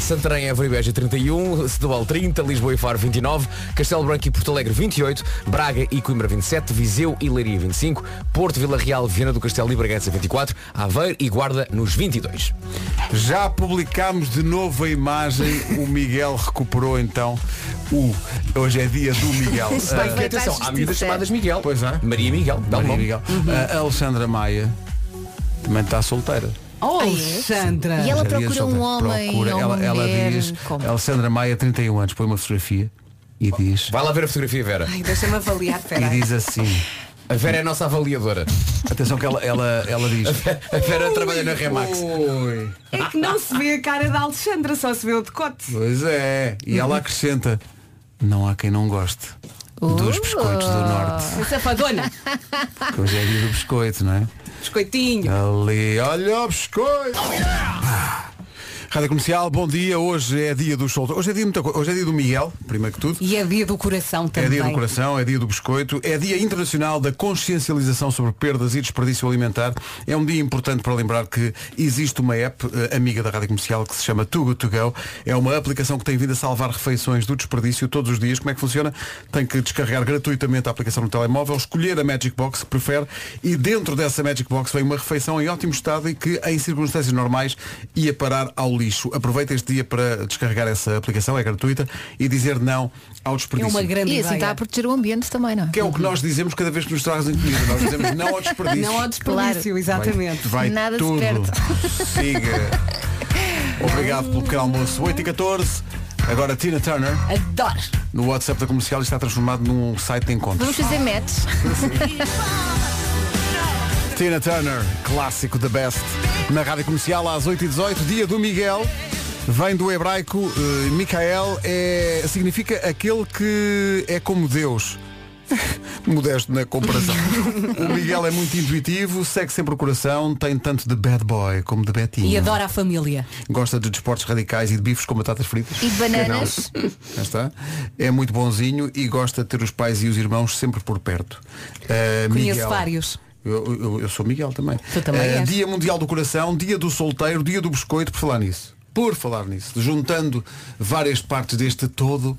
S8: Santarém, Évora e Beja 31, Setúbal 30, Lisboa e Faro 29, Castelo Branco e Porto Alegre 28, Braga e Coimbra 27, Viseu e Leiria 25, Porto, Vila Real, Viana do Castelo e Bragança 24, Aveiro e Guarda nos 22.
S2: Já publicámos de novo a imagem, o Miguel recuperou então o. Hoje é dia do Miguel. Ah,
S8: Bem,
S5: vai
S8: atenção,
S5: para a
S8: há miúdas
S5: justiça.
S8: chamadas Miguel.
S2: Pois é.
S8: Maria Miguel, dá um
S2: Maria
S8: nome.
S2: Miguel. A Alexandra Maia também está solteira.
S4: Oh,
S5: Ai, é?
S4: Alexandra.
S5: E ela
S2: Hoje é dia de
S5: procura um
S2: solteira.
S5: homem
S2: Procura.
S5: ou uma
S2: ela, ela
S5: mulher.
S2: diz
S5: Como?
S2: Alexandra Maia, 31 anos, põe um uma fotografia e diz,
S8: Vai lá ver a fotografia, Vera.
S4: Ai, deixa-me avaliar,
S2: e
S4: peraí.
S2: diz assim.
S8: A Vera é a nossa avaliadora.
S2: Atenção que ela, ela, ela diz.
S8: A Vera trabalha na Remax.
S4: É que não se vê a cara da Alexandra, só se vê o decote.
S2: Pois é. E ela acrescenta, não há quem não goste dos biscoitos
S8: Oh.
S2: do
S4: Oh!
S2: norte.
S4: A é safadona,
S2: Que hoje é dia do biscoito, não é?
S4: biscoitinho.
S2: Ali, olha o biscoito!
S8: Oh,
S2: Rádio Comercial, bom dia. Hoje é dia do solto. Hoje é dia de muita coisa. Hoje é dia do Miguel, primeiro que tudo.
S4: E é dia do coração
S2: É
S4: também.
S2: dia do coração, é dia do biscoito, é dia internacional da consciencialização sobre perdas e desperdício alimentar. É um dia importante para lembrar que existe uma app eh, amiga da Rádio Comercial que se chama Too Good To Go. É uma aplicação que tem vindo a salvar refeições do desperdício todos os dias. Como é que funciona? Tem que descarregar gratuitamente a aplicação no telemóvel, escolher a Magic Box que prefere e dentro dessa Magic Box vem uma refeição em ótimo estado e que em circunstâncias normais ia parar ao lixo. Aproveita este dia para descarregar essa aplicação, é gratuita, e dizer não ao
S4: É
S2: desperdício.
S4: uma grande
S5: E assim
S4: ideia.
S5: está a proteger o ambiente também, não é?
S2: Que é o que nós dizemos cada vez que nos trazem comida. Nós dizemos não ao desperdício.
S4: Não ao desperdício,
S5: Claro.
S4: exatamente.
S2: Vai
S5: Nada se
S2: tudo. Siga. Obrigado pelo pequeno almoço. 8 e 14 Agora Tina Turner,
S4: Adoro.
S2: no WhatsApp da comercial, está transformado num site de encontros.
S5: Vamos fazer matches.
S2: Tina Turner, clássico da best. Na rádio comercial às 8h18, dia do Miguel. Vem do hebraico, eh, Micael é, significa aquele que é como Deus. Modesto na comparação. o Miguel é muito intuitivo, segue sempre o coração, tem tanto de bad boy como de betinho.
S4: E adora a família.
S2: Gosta de desportos radicais e de bifes com batatas fritas.
S5: E de bananas.
S2: Cá está. É muito bonzinho e gosta de ter os pais e os irmãos sempre por perto. Uh,
S4: Conheço vários.
S2: Eu, eu- eu sou Miguel também.
S4: Tu também
S2: Eh,
S4: és.
S2: dia Mundial do Coração, Dia do Solteiro, Dia do Biscoito, por falar nisso. Por falar nisso, juntando várias partes deste todo,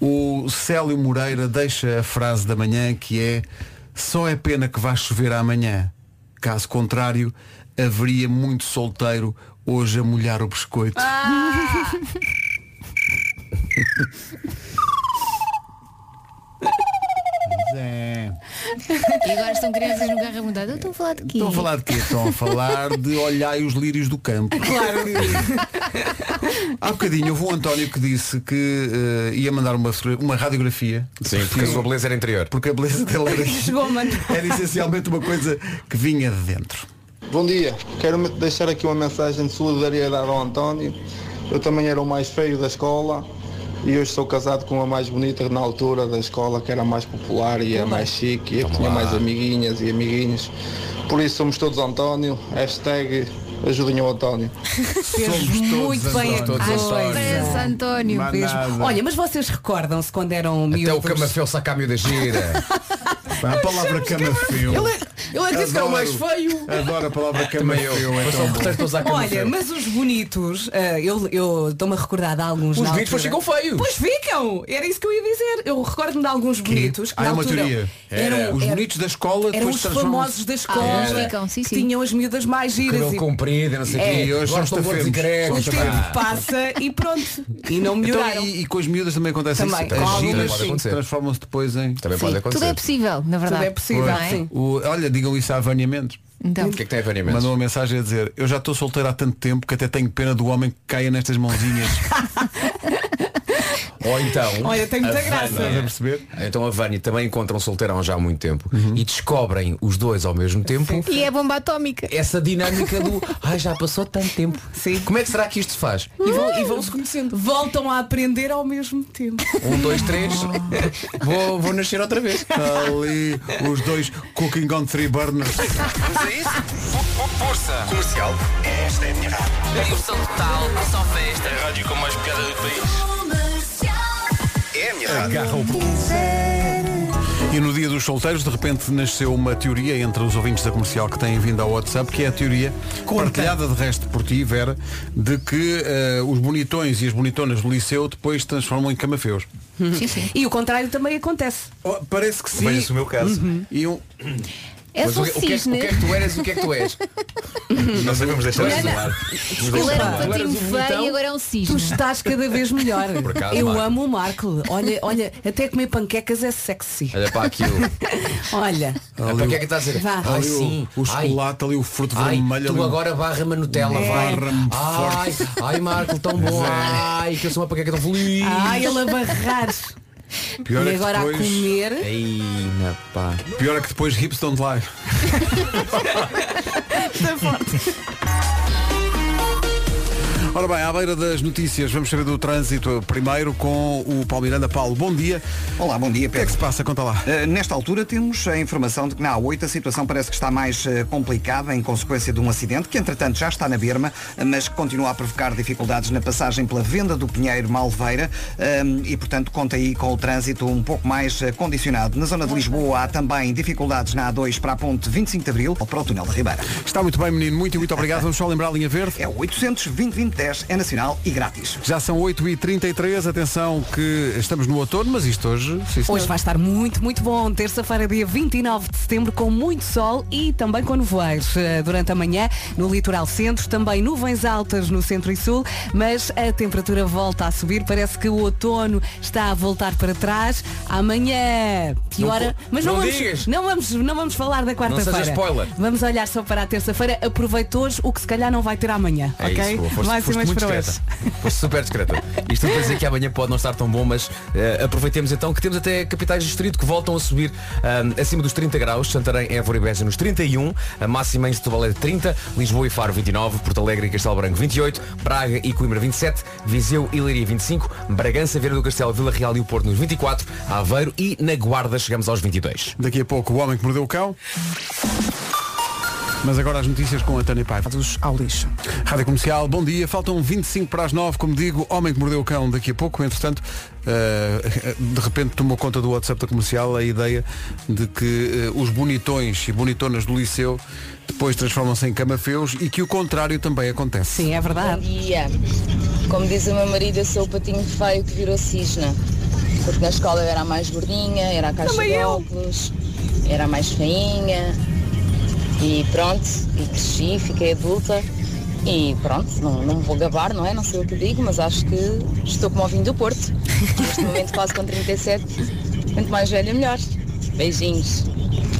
S2: o Célio Moreira deixa a frase da manhã que é só é pena que vai chover amanhã. Caso contrário, haveria muito solteiro hoje a molhar o biscoito. Ah. Mas é.
S5: E agora estão crianças no garra mudada. Eu estou a falar de quê?
S2: Estão a falar de quê? Estão a falar de olhar os lírios do campo. Claro. Há bocadinho houve um António que disse que eh, ia mandar uma, fotogra- uma radiografia.
S8: Sim, porque a sua beleza era interior.
S2: Porque a beleza dele era,
S4: Chegou, mano.
S2: era essencialmente uma coisa que vinha de dentro.
S10: Bom dia, quero me- deixar aqui uma mensagem de solidariedade ao António. Eu também era o mais feio da escola e hoje sou casado com a mais bonita na altura da escola, que era a mais popular e a mais chique, e eu tinha mais amiguinhas e amiguinhos. Por isso somos todos António, hashtag ajudem o António.
S4: Fez
S2: Somos todos
S4: muito bem a
S2: António.
S8: Todos António.
S5: Parece
S4: coisa.
S5: António.
S2: Mas
S4: Mesmo.
S2: nada.
S4: Olha, mas vocês recordam-se quando eram
S8: Até o
S4: miúdos?
S8: camafeu sacámio da gira.
S2: A palavra camafeu.
S4: Ah.
S8: Ele é que disse que era o mais feio.
S2: Adoro a palavra
S8: Também eu.
S2: camafeu. É
S8: Eu
S2: tão
S8: sou
S2: bom.
S8: portanto a usar
S4: Olha,
S8: camafeu.
S4: mas os bonitos, ah, eu eu estou-me a recordar de alguns.
S8: Os
S4: na
S8: vídeos
S4: altura.
S8: depois ficam feios.
S4: Pois ficam! Era isso que eu ia dizer. Eu recordo-me de alguns bonitos
S8: Ah,
S4: que
S8: é
S2: Há
S4: na
S2: uma
S4: altura
S2: teoria.
S4: eram,
S2: Os
S4: eram-
S2: bonitos da escola
S4: eram
S2: depois
S4: os
S2: transformam-se- é.
S4: famosos da
S5: Ah,
S4: escola
S5: ficam, sim,
S4: que
S5: sim.
S4: tinham as miúdas mais giras
S8: Cabelo
S4: e
S8: comprido, é. não sei o
S4: É.
S8: quê.
S2: E hoje
S8: Gostam
S2: nós
S8: de gordos e
S2: tafemos.
S4: o
S8: carecas.
S4: tempo passa e pronto. E não melhoraram.
S2: Então, e, e com as miúdas também acontece
S4: Também,
S2: isso.
S4: com
S2: As
S4: algumas
S2: giras
S8: sim.
S2: transformam-se depois em.
S8: Também
S5: Sim,
S8: pode
S5: tudo é
S8: acontecer.
S5: possível, na verdade.
S4: Tudo é possível,
S5: Não é?
S4: sim.
S2: O- olha, digam isso a Vânia Mendes.
S5: Então,
S8: O que é que tem a ver
S2: Mandou
S8: imenso?
S2: uma mensagem a dizer Eu já estou solteiro há tanto tempo que até tenho pena do homem que caia nestas mãozinhas
S8: Ou então.
S4: Olha, tem muita
S8: a
S4: graça.
S2: Estás a
S8: Vânia-
S2: perceber?
S8: Então a Vânia também encontra um solteirão já há muito tempo
S2: Uhum.
S8: e descobrem os dois ao mesmo tempo
S5: E é bomba atómica.
S8: essa dinâmica do ai já passou tanto tempo.
S4: Sim.
S8: Como é que será que isto se faz?
S4: E vão- e vão-se conhecendo. Voltam a aprender ao mesmo tempo.
S8: Um, dois, três, vou, vou nascer outra vez.
S2: Tá Ali os dois cooking on three burners
S9: Força! Comercial. Esta é a minha rádio. Emoção total, só festa. A rádio com mais pegada do país. É a minha rádio.
S2: E no dia dos solteiros de repente nasceu uma teoria entre os ouvintes da comercial que têm vindo ao WhatsApp Que é a teoria partilhada de resto por ti, Vera De que eh, os bonitões e as bonitonas do liceu depois se transformam em camafeus
S5: Sim, sim.
S4: E o contrário também acontece.
S2: Oh, Parece que sim
S10: Bem, esse é o meu caso.
S2: E um...
S5: És
S8: Mas
S5: um
S8: o, que- o que é, que-
S5: cisne.
S8: o que é que tu eras e o que é que tu és?
S11: Não sabemos deixar
S2: é
S8: um
S11: isso
S4: um
S11: no
S5: Ana,
S11: ar.
S5: Ele era um
S11: Tu eras
S5: patinho feio e agora é um cisne.
S4: Tu estás cada vez melhor.
S11: Por acaso,
S4: Eu
S11: Marco.
S4: amo o Marco. Olha, olha, até comer panquecas é sexy.
S8: Olha para aquilo.
S4: Olha.
S8: Ah, para que é que estás a dizer?
S4: Vá.
S8: Ai, sim.
S11: O chocolate ali, o fruto
S8: Ai,
S11: vermelho.
S8: tu agora barra-me a Nutella,
S11: É.
S8: vai.
S11: Barra-me
S8: Ai, ai, Marco, tão bom. Ai, que eu sou uma panqueca tão feliz.
S4: Ai, ele a barrar.
S11: Pior é
S4: e
S11: que
S4: agora a
S11: depois-
S4: comer.
S8: na pá.
S11: Pior é que depois hips don't lie.
S4: Tá
S2: Ora bem, à beira das notícias, vamos saber do trânsito primeiro com o Paulo Miranda. Paulo, bom dia.
S3: Olá, bom dia,
S2: Pedro. O que é que se passa? Conta lá.
S3: Uh, Nesta altura temos a informação de que na A8 a situação parece que está mais uh, complicada em consequência de um acidente que entretanto já está na Berma, uh, mas que continua a provocar dificuldades na passagem pela venda do Pinheiro Malveira um, e portanto conta aí com o trânsito um pouco mais uh, condicionado. Na zona de Lisboa há também dificuldades na A2 para a ponte 25 de Abril ou para o túnel da Ribeira.
S2: Está muito bem, menino. Muito e muito obrigado. Vamos só lembrar a linha verde.
S3: É 800 2010 é nacional e grátis.
S2: Já são 8h33, atenção que estamos no outono, mas isto hoje... sim, senhor.
S4: Hoje vai estar muito, muito bom. Terça-feira, dia 29 de setembro, com muito sol e também com nevoeiros. Eh, Durante a manhã, no litoral centro, também nuvens altas no centro e sul, mas a temperatura volta a subir. Parece que o outono está a voltar para trás. Amanhã, que
S8: Não
S4: hora?
S8: po-
S4: Mas não,
S8: não
S4: vamos,
S8: digas.
S4: não, vamos, não vamos falar da quarta-feira.
S8: seja spoiler.
S4: Vamos olhar só para a terça-feira. Aproveite hoje o que se calhar não vai ter amanhã,
S8: É
S4: ok?
S8: isso, boa. foste,
S4: Mais e
S8: foste
S4: mais
S8: muito
S4: para
S8: discreta.
S4: hoje.
S8: Foste super discreta. Isto para dizer que amanhã pode não estar tão bom, mas eh, aproveitemos então que temos até capitais de distrito que voltam a subir ah, acima dos 30 graus. Santarém, é Évora e Beja nos 31, a máxima em Setúbal é de 30, Lisboa e Faro 29, Porto Alegre e Castelo Branco 28, Braga e Coimbra 27, Viseu e Leiria 25, Bragança, Vieira do Castelo, Vila Real e o Porto nos 24, Aveiro e na Guarda chegamos aos 22.
S2: Daqui a pouco o homem que mordeu o cão. Mas agora as notícias com a Tânia Paiva.
S1: ao lixo.
S2: Rádio Comercial, bom dia. Faltam 25 para as 9, como digo, homem que mordeu o cão daqui a pouco. Entretanto, eh, de repente tomou conta do WhatsApp da Comercial a ideia de que eh, os bonitões e bonitonas do liceu depois transformam-se em camafeus e que o contrário também acontece.
S4: Sim, é
S12: Bom
S4: verdade.
S12: dia. Como diz o meu marido, eu sou o patinho feio que virou cisne. Porque na escola eu era a mais gordinha, era a caixa
S4: Também
S12: de
S4: eu.
S12: óculos, era a mais feinha. E pronto, e cresci, fiquei adulta. E pronto, não, não me vou gabar, não é? Não sei o que digo, mas acho que estou como ao vinho do Porto. Neste momento quase com 37. Quanto mais velha, melhor. Beijinhos.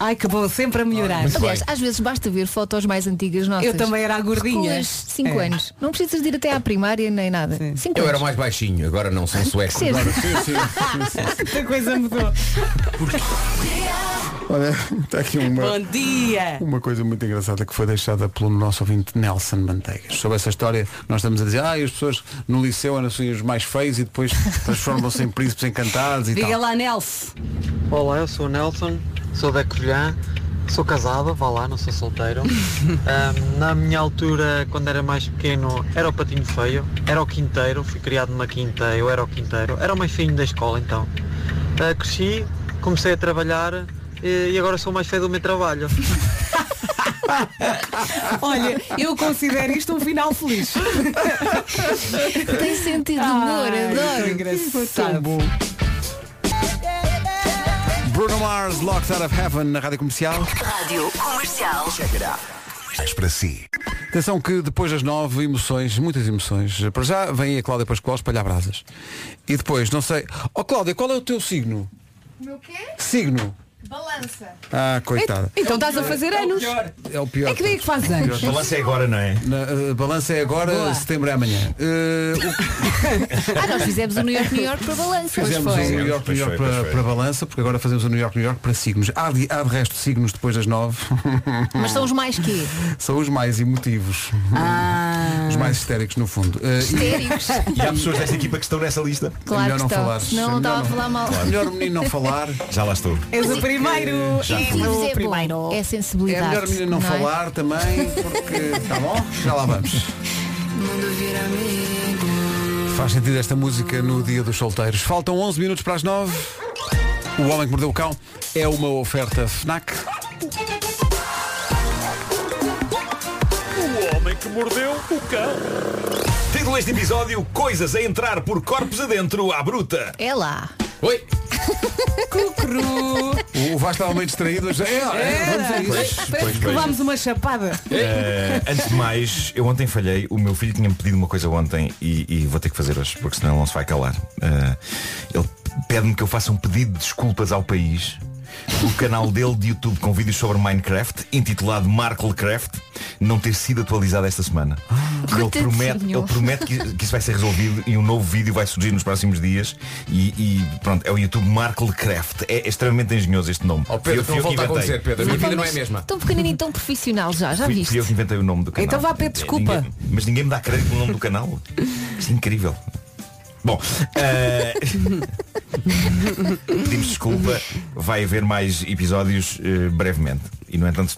S4: Ai, que bom, sempre a melhorar.
S5: Ah, Aliás, às vezes basta ver fotos mais antigas nossas.
S4: Eu também era a gordinha.
S5: 5
S4: É.
S5: anos. Não precisas de ir até à primária nem nada. Cinco
S8: Eu
S5: anos.
S8: era mais baixinho, agora não, sou um sueco.
S5: Sim.
S8: Agora-
S4: Muita coisa mudou.
S2: Olha, está aqui uma,
S4: Bom dia.
S2: uma coisa muito engraçada que foi deixada pelo nosso ouvinte Nelson Manteigas. Sobre essa história, nós estamos a dizer, ah, as pessoas no liceu eram assim os mais feios e depois transformam-se em príncipes encantados e
S4: Então, Diga
S2: tal.
S4: lá, Nelson.
S13: Olá, eu sou o Nelson, sou da Covilhã, sou casado, vá lá, não sou solteiro. Ahm, na minha altura, quando era mais pequeno, era o patinho feio, era o quinteiro, fui criado numa quinta, eu era o quinteiro, era o mais feinho da escola então. Ah, cresci, comecei a trabalhar e, e agora sou o mais feio do meu trabalho.
S4: Olha, eu considero isto um final feliz.
S5: Tem sentido de humor,
S4: Ai,
S5: adoro.
S4: tão engraçado.
S2: Bruno Mars, Locked Out of Heaven, na Rádio Comercial.
S9: Rádio Comercial. Check it out. Mais para si.
S2: Atenção que depois das nove, emoções, muitas emoções. Para já vem aí a Cláudia Pascoal espalhar brasas. E depois, não sei... Ó Cláudia, qual é o teu signo?
S7: O meu quê?
S2: Signo.
S7: Balança.
S2: Ah, coitada.
S4: Então estás a fazer anos.
S2: É o pior.
S4: É que dia é que faz anos?
S2: Balança é agora, não é? balança é agora,
S4: Boa.
S2: setembro é amanhã. Eh, o-
S5: Ah, nós fizemos o New York, New York para balança.
S2: Fizemos o New York, New York para, para balança, porque agora fazemos o New York, New York para signos. Há de, há de resto signos depois das nove.
S5: Mas são os mais quê?
S2: São os mais emotivos.
S4: Ah.
S2: Os mais histéricos, no fundo. Eh, e- É
S5: Histéricos.
S11: E há pessoas desta equipa que estão nessa lista.
S5: Claro
S2: melhor
S5: que
S2: não
S5: estão.
S2: falar.
S5: Senão não estava a falar mal.
S2: Melhor o menino não falar.
S11: Já lá estou.
S4: És o primeiro.
S11: Já
S5: E
S11: fui.
S5: dizer, bom, É
S2: É
S5: sensibilidade.
S2: melhor o menino não,
S5: é?
S2: falar também, porque. Tá bom? Já lá vamos. Faz sentido esta música no Dia dos Solteiros. Faltam 11 minutos para as 9. O Homem que Mordeu o Cão é uma oferta FNAC.
S9: O homem que mordeu o cão. Título deste episódio, coisas a entrar por corpos adentro à bruta.
S5: É lá.
S8: Oi!
S5: Cucru.
S2: O Vasco estava meio distraído. hoje. É, é, vamos a isso.
S4: Parece
S14: pois,
S4: que
S14: pois.
S4: levámos uma chapada.
S14: Eh, antes de mais, eu ontem falhei, o meu filho tinha-me pedido uma coisa ontem e, e vou ter que fazer hoje, porque senão ele não se vai calar. Eh, ele pede-me que eu faça um pedido de desculpas ao país. O canal dele de YouTube com vídeos sobre Minecraft, intitulado Marklecraft, não ter sido atualizado esta semana. E ele
S9: Coitadinho.
S14: promete, ele promete que, que isso vai ser resolvido e um novo vídeo vai surgir nos próximos dias. E, e pronto, é o YouTube Marklecraft. É extremamente engenhoso este nome. Oh,
S8: Pedro, não volta a acontecer, Pedro. A minha vida não é a mesma.
S5: Tão pequenininho, tão profissional Ah, já, já
S14: fui, fui
S5: viste?
S14: eu que inventei o nome do canal.
S5: Então vá, Pedro,
S14: É,
S5: desculpa.
S14: ninguém- mas ninguém me dá crédito no nome do canal. Isso é incrível. Bom, eh, pedimos desculpa. Vai haver mais episódios eh, brevemente. E no entanto,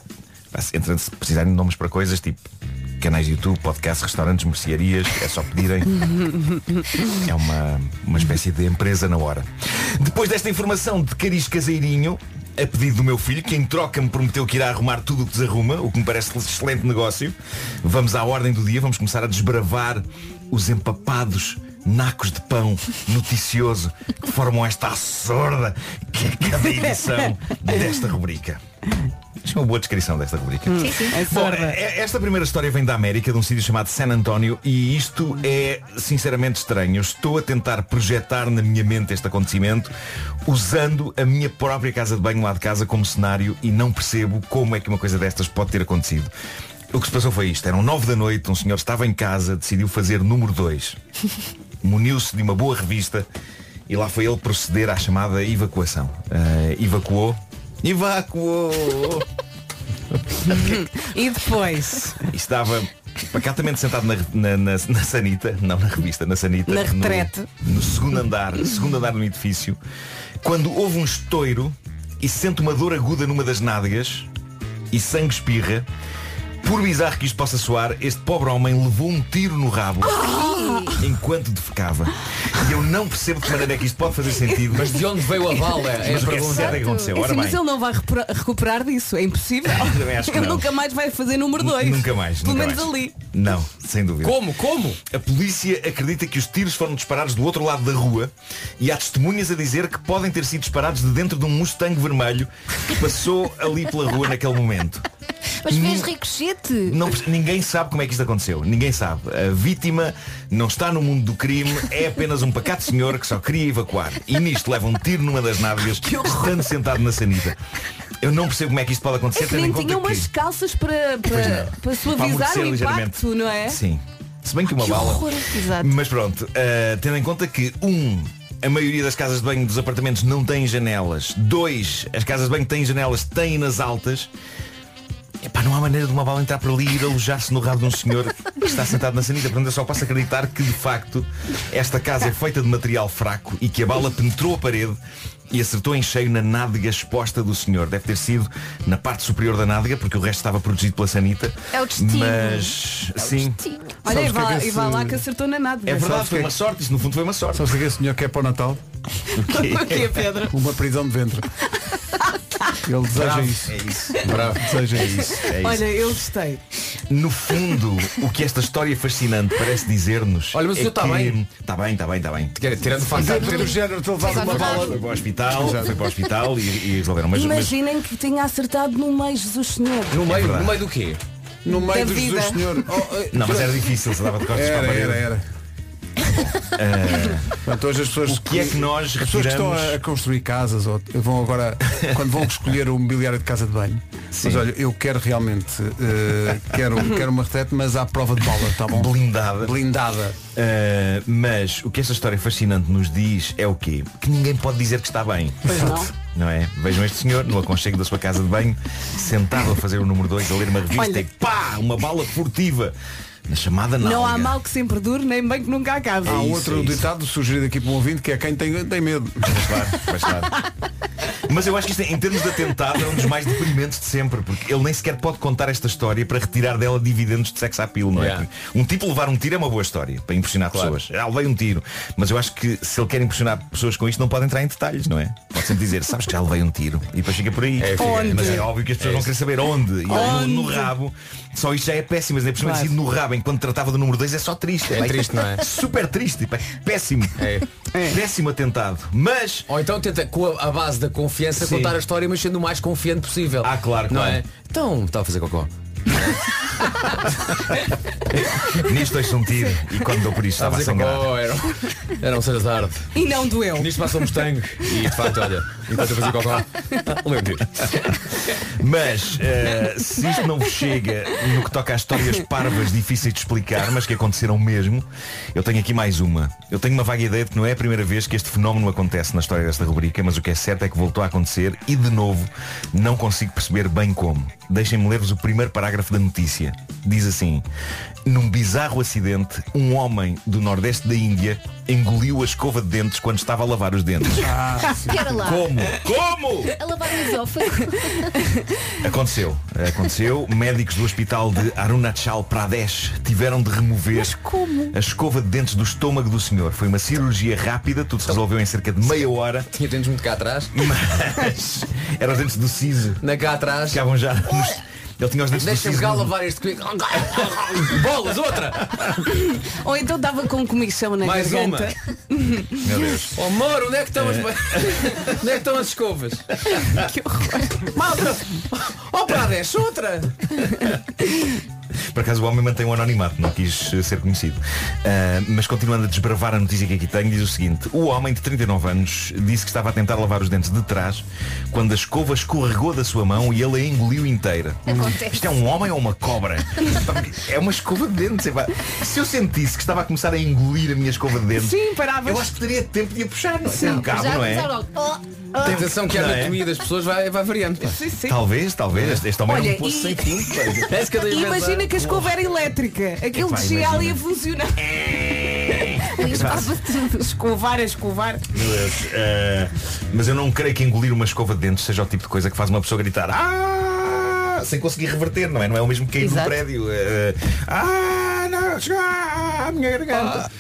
S14: pá, se- entretanto, se precisarem de nomes para coisas tipo canais de YouTube, podcasts, restaurantes, mercearias, é só pedirem. É uma, uma espécie de empresa na hora. Depois desta informação de cariz caseirinho, a pedido do meu filho, que em troca me prometeu que irá arrumar tudo o que desarruma, o que me parece um excelente negócio, vamos à ordem do dia, vamos começar a desbravar os empapados nacos de pão noticioso que formam esta sorda que é cada edição desta rubrica. Isto é uma boa descrição desta rubrica.
S9: Sim, sim. É
S14: Bom,
S9: sorda.
S14: é- esta primeira história vem da América, de um sítio chamado San Antonio, e isto é sinceramente estranho. Eu Estou a tentar projetar na minha mente este acontecimento usando a minha própria casa de banho lá de casa como cenário e não percebo como é que uma coisa destas pode ter acontecido. O que se passou foi isto. Eram nove da noite, um senhor estava em casa, decidiu fazer número dois. Muniu-se de uma boa revista e lá foi ele proceder à chamada evacuação. Ah, evacuou. Evacuou!
S4: e depois?
S14: Isto dava pacatamente sentado na, na, na- na sanita, não na revista, na sanita.
S4: Na
S14: no-
S4: retrete.
S14: No, segundo andar, segundo andar do edifício, quando houve um estouro e sente uma dor aguda numa das nádegas e sangue espirra, por bizarro que isto possa soar, este pobre homem levou um tiro no rabo enquanto defecava. E eu não percebo de que maneira é que isto pode fazer sentido. Mas de onde veio
S8: a bala? É a
S14: Mas o que é
S8: pergunta.
S14: sério que aconteceu?
S4: É
S14: Ora
S4: assim, mas
S14: bem.
S4: ele não vai repra- recuperar disso, é impossível.
S14: Também acho que
S4: ele
S14: não.
S4: nunca mais vai fazer número 2.
S14: Nunca mais.
S4: Pelo
S14: nunca
S4: menos
S14: mais.
S4: ali. É
S14: Não, sem dúvida.
S4: Como?
S14: Como? A polícia acredita que os tiros foram disparados do outro lado da rua e há testemunhas a dizer que podem ter sido disparados de dentro de um Mustang vermelho que passou ali pela rua naquele momento.
S5: Mas fez ricochete.
S14: Não perce- ninguém sabe como é que isto aconteceu. Ninguém sabe. A vítima não está no mundo do crime, é apenas um pacato senhor que só queria evacuar. E nisto leva um tiro numa das nádegas, estando sentado na sanita. Eu não percebo como é que isto pode acontecer,
S4: É que
S14: tendo em
S4: nem
S14: conta
S4: tinha umas
S14: que...
S4: calças para,
S14: Pois
S4: para,
S14: não.
S4: para
S14: Para
S4: suavizar
S14: amortecer
S4: o impacto,
S14: ligeiramente.
S4: não é?
S14: Sim. Se bem que uma
S4: Que
S14: bala.
S4: horror, exato.
S14: Mas pronto, uh, tendo em conta que um. A maioria das casas de banho dos apartamentos não tem janelas. Dois, as casas de banho que têm janelas, têm nas altas. Epá, não há maneira de uma bala entrar por ali e ir alojar-se no rabo de um senhor que está sentado na sanita. Portanto, eu só posso acreditar que, de facto, esta casa é feita de material fraco e que a bala penetrou a parede e acertou em cheio na nádega exposta do senhor. Deve ter sido na parte superior da nádega, porque o resto estava protegido pela sanita.
S4: É o destino. É
S14: Mas, sim.
S4: Olha, e vá, e vá lá que acertou na nada.
S14: É verdade, foi uma sorte, isso no fundo foi uma sorte. Sabes
S2: o que é que o senhor quer para o Natal?
S4: O
S14: é
S4: quê, Pedro?
S2: Uma prisão de ventre. Ele deseja
S14: Bravo.
S2: isso.
S14: É isso.
S2: Bravo. Deseja isso.
S14: É isso.
S4: Olha, eu gostei.
S14: No fundo, o que esta história fascinante parece dizer-nos.
S8: Olha, mas o
S14: é
S8: senhor está
S14: que-
S8: bem?
S14: Está bem, está bem, está bem.
S8: Tirando o facto de ter o género de levar uma bala-
S14: Foi para o hospital, foi para o hospital e, e resolveram. Mas, mas-
S4: Imaginem que tenha acertado no meio Jesus Senhor.
S14: É verdade.
S8: do quê?
S2: No
S4: meio Da do vida. Jesus Senhor.
S14: Não, mas era difícil, se dava de costas
S2: Oh, eh, Era,
S14: para a
S2: era,
S14: parede.
S2: era. Portanto, hoje as pessoas
S14: O que é que nós
S2: as pessoas que estão
S14: retiramos?
S2: a a construir casas ou vão agora quando vão escolher o mobiliário de casa de banho mas olha eu quero realmente eh, quero quero uma retrete mas à prova de bala tá bom
S14: blindada
S2: blindada
S14: Uh, mas o que esta história fascinante nos diz é o quê? Que ninguém pode dizer que está bem.
S9: Pois não.
S14: Não é? Vejam este senhor no aconchego da sua casa de banho, sentado a fazer o número 2, a ler uma revista
S4: Olha.
S14: e pá, uma bala furtiva. Na chamada É
S4: Não,
S14: náutica.
S4: há mal que sempre dure, nem bem que nunca acabe.
S2: há outro ditado sugerido aqui para um ouvinte que é quem tem tem medo
S14: Pois claro. Mas eu acho que isto, em termos de atentado, é um dos mais deprimentes de sempre, porque ele nem sequer pode contar esta história para retirar dela dividendos de sexo à pila, não é? Porque Um tipo levar um tiro é uma boa história, para impressionar pessoas. Ah, levei um tiro. Mas eu acho que se ele quer impressionar pessoas com isto, não pode entrar em detalhes, não é? Pode sempre dizer, sabes que já levei um tiro e depois fica por aí.
S9: É, fica. Onde?
S14: Mas é óbvio que as pessoas
S9: É.
S14: vão querer saber onde. E
S9: Onde?
S14: No, no rabo. Só isto já é péssimo, mas é preciso
S9: Claro.
S14: sido no rabo, enquanto tratava do número 2 é só triste.
S8: É
S14: pá,
S8: triste, não é?
S14: Super triste, pá, péssimo.
S9: É.
S14: Péssimo atentado. Mas.
S8: Ou então tenta, com a, a base da confiança,
S14: Sim.
S8: contar a história, mas sendo o mais confiante possível. Ah, claro, não é? Então, está a fazer cocó.
S14: Nisto deixa um tiro e quando dou por isto
S8: Estava
S14: estava
S8: Tá a
S14: a
S8: dizer
S14: sangrar.
S8: cocó, um, eram, eram seis da tarde.
S4: E não doeu.
S8: Nisto passa um mostango e de facto, olha, enquanto eu fazia cocó, levei um tiro.
S14: Mas eh, se isto não vos chega no que toca a histórias parvas difíceis de explicar, mas que aconteceram mesmo, eu tenho aqui mais uma. Eu tenho uma vaga ideia de que não é a primeira vez que este fenómeno acontece na história desta rubrica, mas o que é certo é que voltou a acontecer e de novo não consigo perceber bem como. Deixem-me ler-vos o primeiro parágrafo da notícia. Diz assim: Num bizarro acidente, um homem do nordeste da Índia engoliu a escova de dentes quando estava a lavar os dentes.
S5: Espera lá.
S14: Como? Como?
S5: A lavar o esófago.
S14: Aconteceu, aconteceu. Médicos do hospital de Arunachal Pradesh tiveram de remover a escova de dentes do estômago do senhor. Foi uma cirurgia rápida, tudo se resolveu em cerca de meia hora.
S8: Tinha dentes muito cá atrás.
S14: Mas eram os dentes do siso.
S8: Na cá atrás.
S14: Estavam já. Nos... Ele tinha os dentes do
S8: Deixa-me
S14: siso.
S8: cá
S14: no-
S8: lavar este comigo. Bolas, outra!
S4: Ou então dava com comichão na
S8: Mais uma.
S4: garganta.
S14: Meu Deus.
S8: Oh, amor, onde é que estão as,
S14: Eh.
S8: onde é que estão as escovas? que horror. Malta! Oh, Pradesh, outra!
S14: Por acaso o homem mantém o anonimato, não quis eh, ser conhecido. Ah, mas continuando a desbravar a notícia que aqui tenho, diz o seguinte. O homem de 39 anos disse que estava a tentar lavar os dentes de trás quando a escova escorregou da sua mão e ele a engoliu inteira.
S9: Acontece.
S14: Isto é um homem ou uma cobra? é uma escova de dentes. epá. Se eu sentisse que estava a começar a engolir a minha escova de dentes,
S9: Sim,
S14: paravas. Eu acho que teria tempo de a puxar, não é? Um cabo, não é?
S8: Tem atenção que a
S14: Não é?
S8: anatomia das pessoas vai, vai variando. pá.
S14: Talvez, talvez. Este- Este homem é
S4: Olha,
S14: um poço
S4: e-
S14: sem fim. pá.
S8: Parece que eu tenho
S4: Imagina
S8: pensado.
S4: que a escova era elétrica. Aquele
S14: Epá,
S4: descia ali a funcionar.
S8: É.
S4: Limpava tudo. Escovar, a escovar.
S14: Meu Deus. Eh, mas eu não creio que engolir uma escova de dentes seja o tipo de coisa que faz uma pessoa gritar "Ah!" sem conseguir reverter, não é? Não é o mesmo que cair no
S9: Exato.
S14: prédio. eh, ah, não, chegou a minha
S8: Ah.
S14: garganta.